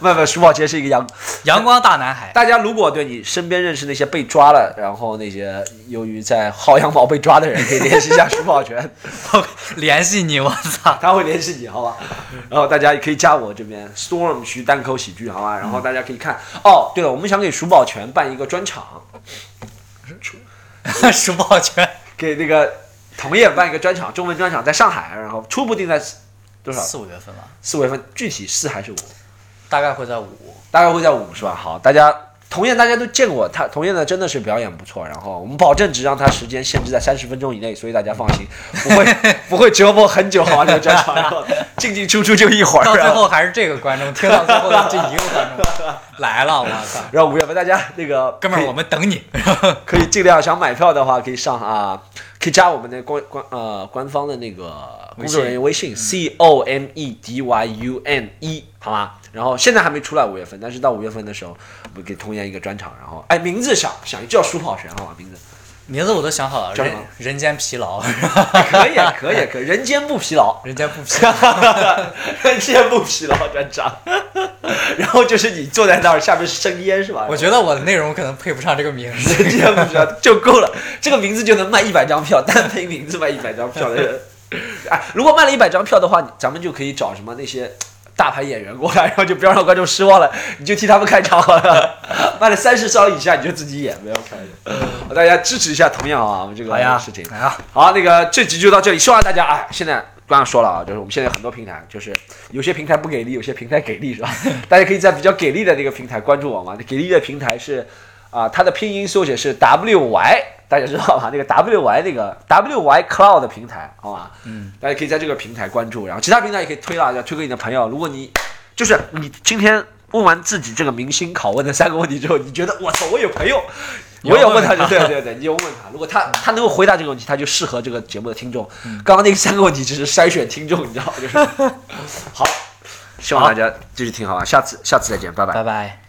A: 不不，鼠跑泉是一个羊。
B: 阳光大男孩，
A: 大家如果对你身边认识那些被抓了，然后那些由于在薅羊毛被抓的人，可以联系一下鼠跑泉，
B: 我联系你，我操，
A: 他会联系你，好吧？然后大家也可以加我这边 Storm 徐单口喜剧，好吧？然后大家可以看。哦，对了，我们想给鼠宝泉办一个专场，
B: 鼠宝泉
A: 给那个同业办一个专场，中文专场在上海，然后初步定在多少？
B: 四五月份吧，
A: 四五月份，具体是还是五？
B: 大概会在五。
A: 大概会在五是吧？好，大家同燕大家都见过他，同燕呢真的是表演不错，然后我们保证只让他时间限制在三十分钟以内，所以大家放心，不会不会折磨很久，好吧？这个专场，然后进进出出就一会儿，
B: 到最
A: 然后
B: 后还是这个观众，听到最后的这一个观众来了，我操！
A: 然后五月份大家那个
B: 哥们
A: 可
B: 儿，
A: 以
B: 我们等你。
A: 可以尽量想买票的话，可以上啊，可以加我们的官官呃官方的那个工作人员微信嗯 c o m e d y u n e 好吗？然后现在还没出来五月份，但是到五月份的时候，我们给童颜一个专场，然后哎名字想想叫舒跑泉好吗？名字
B: 名字我都想好了，
A: 叫
B: 人
A: 什么
B: 人 间疲劳，
A: 可以可以可以，人间不疲 劳，
B: 人间不疲劳。
A: 人间不疲劳专场。 然后就是你坐在那儿，下面是生烟是吧？
B: 我觉得我的内容可能配不上这个名 字。
A: 人间不疲劳就够了，这个名字就能卖一百张票，单凭名字卖一百张票的 人，哎，如果卖了一百张票的话，咱们就可以找什么那些。大牌演员过来，然后就不要让观众失望了，你就替他们开场好 了。卖了三十张以下，你就自己演，没有开的。大家支持一下，同样啊，我们这个
B: 嗯好呀，
A: 事情。
B: 好呀，
A: 好，那个这集就到这里，希望大家哎，现在刚刚说了啊，就是我们现在有很多平台，就是有些平台不给力，有些平台给力，是 吧？大家可以在比较给力的那个平台关注我嘛。给力的平台是啊、它的拼音缩写是 WY，大家知道吧？那个 WY 那个 WY Cloud 的平台，好吧？嗯，大家可以在这个平台关注，然后其他平台也可以推啦，要推给你的朋友。如果你就是你今天。问完自己这个明星拷问的三个问题之后，你觉得我操，我有朋友，
B: 你
A: 我
B: 要
A: 也问
B: 问
A: 他，就对对对，你就问他，如果他他能够回答这个问题，他就适合这个节目的听众。刚刚那三个问题只是筛选听众，你知道吗？就是啊好，希望大家继续听好吧，下次下次再见，拜拜。
B: 拜拜。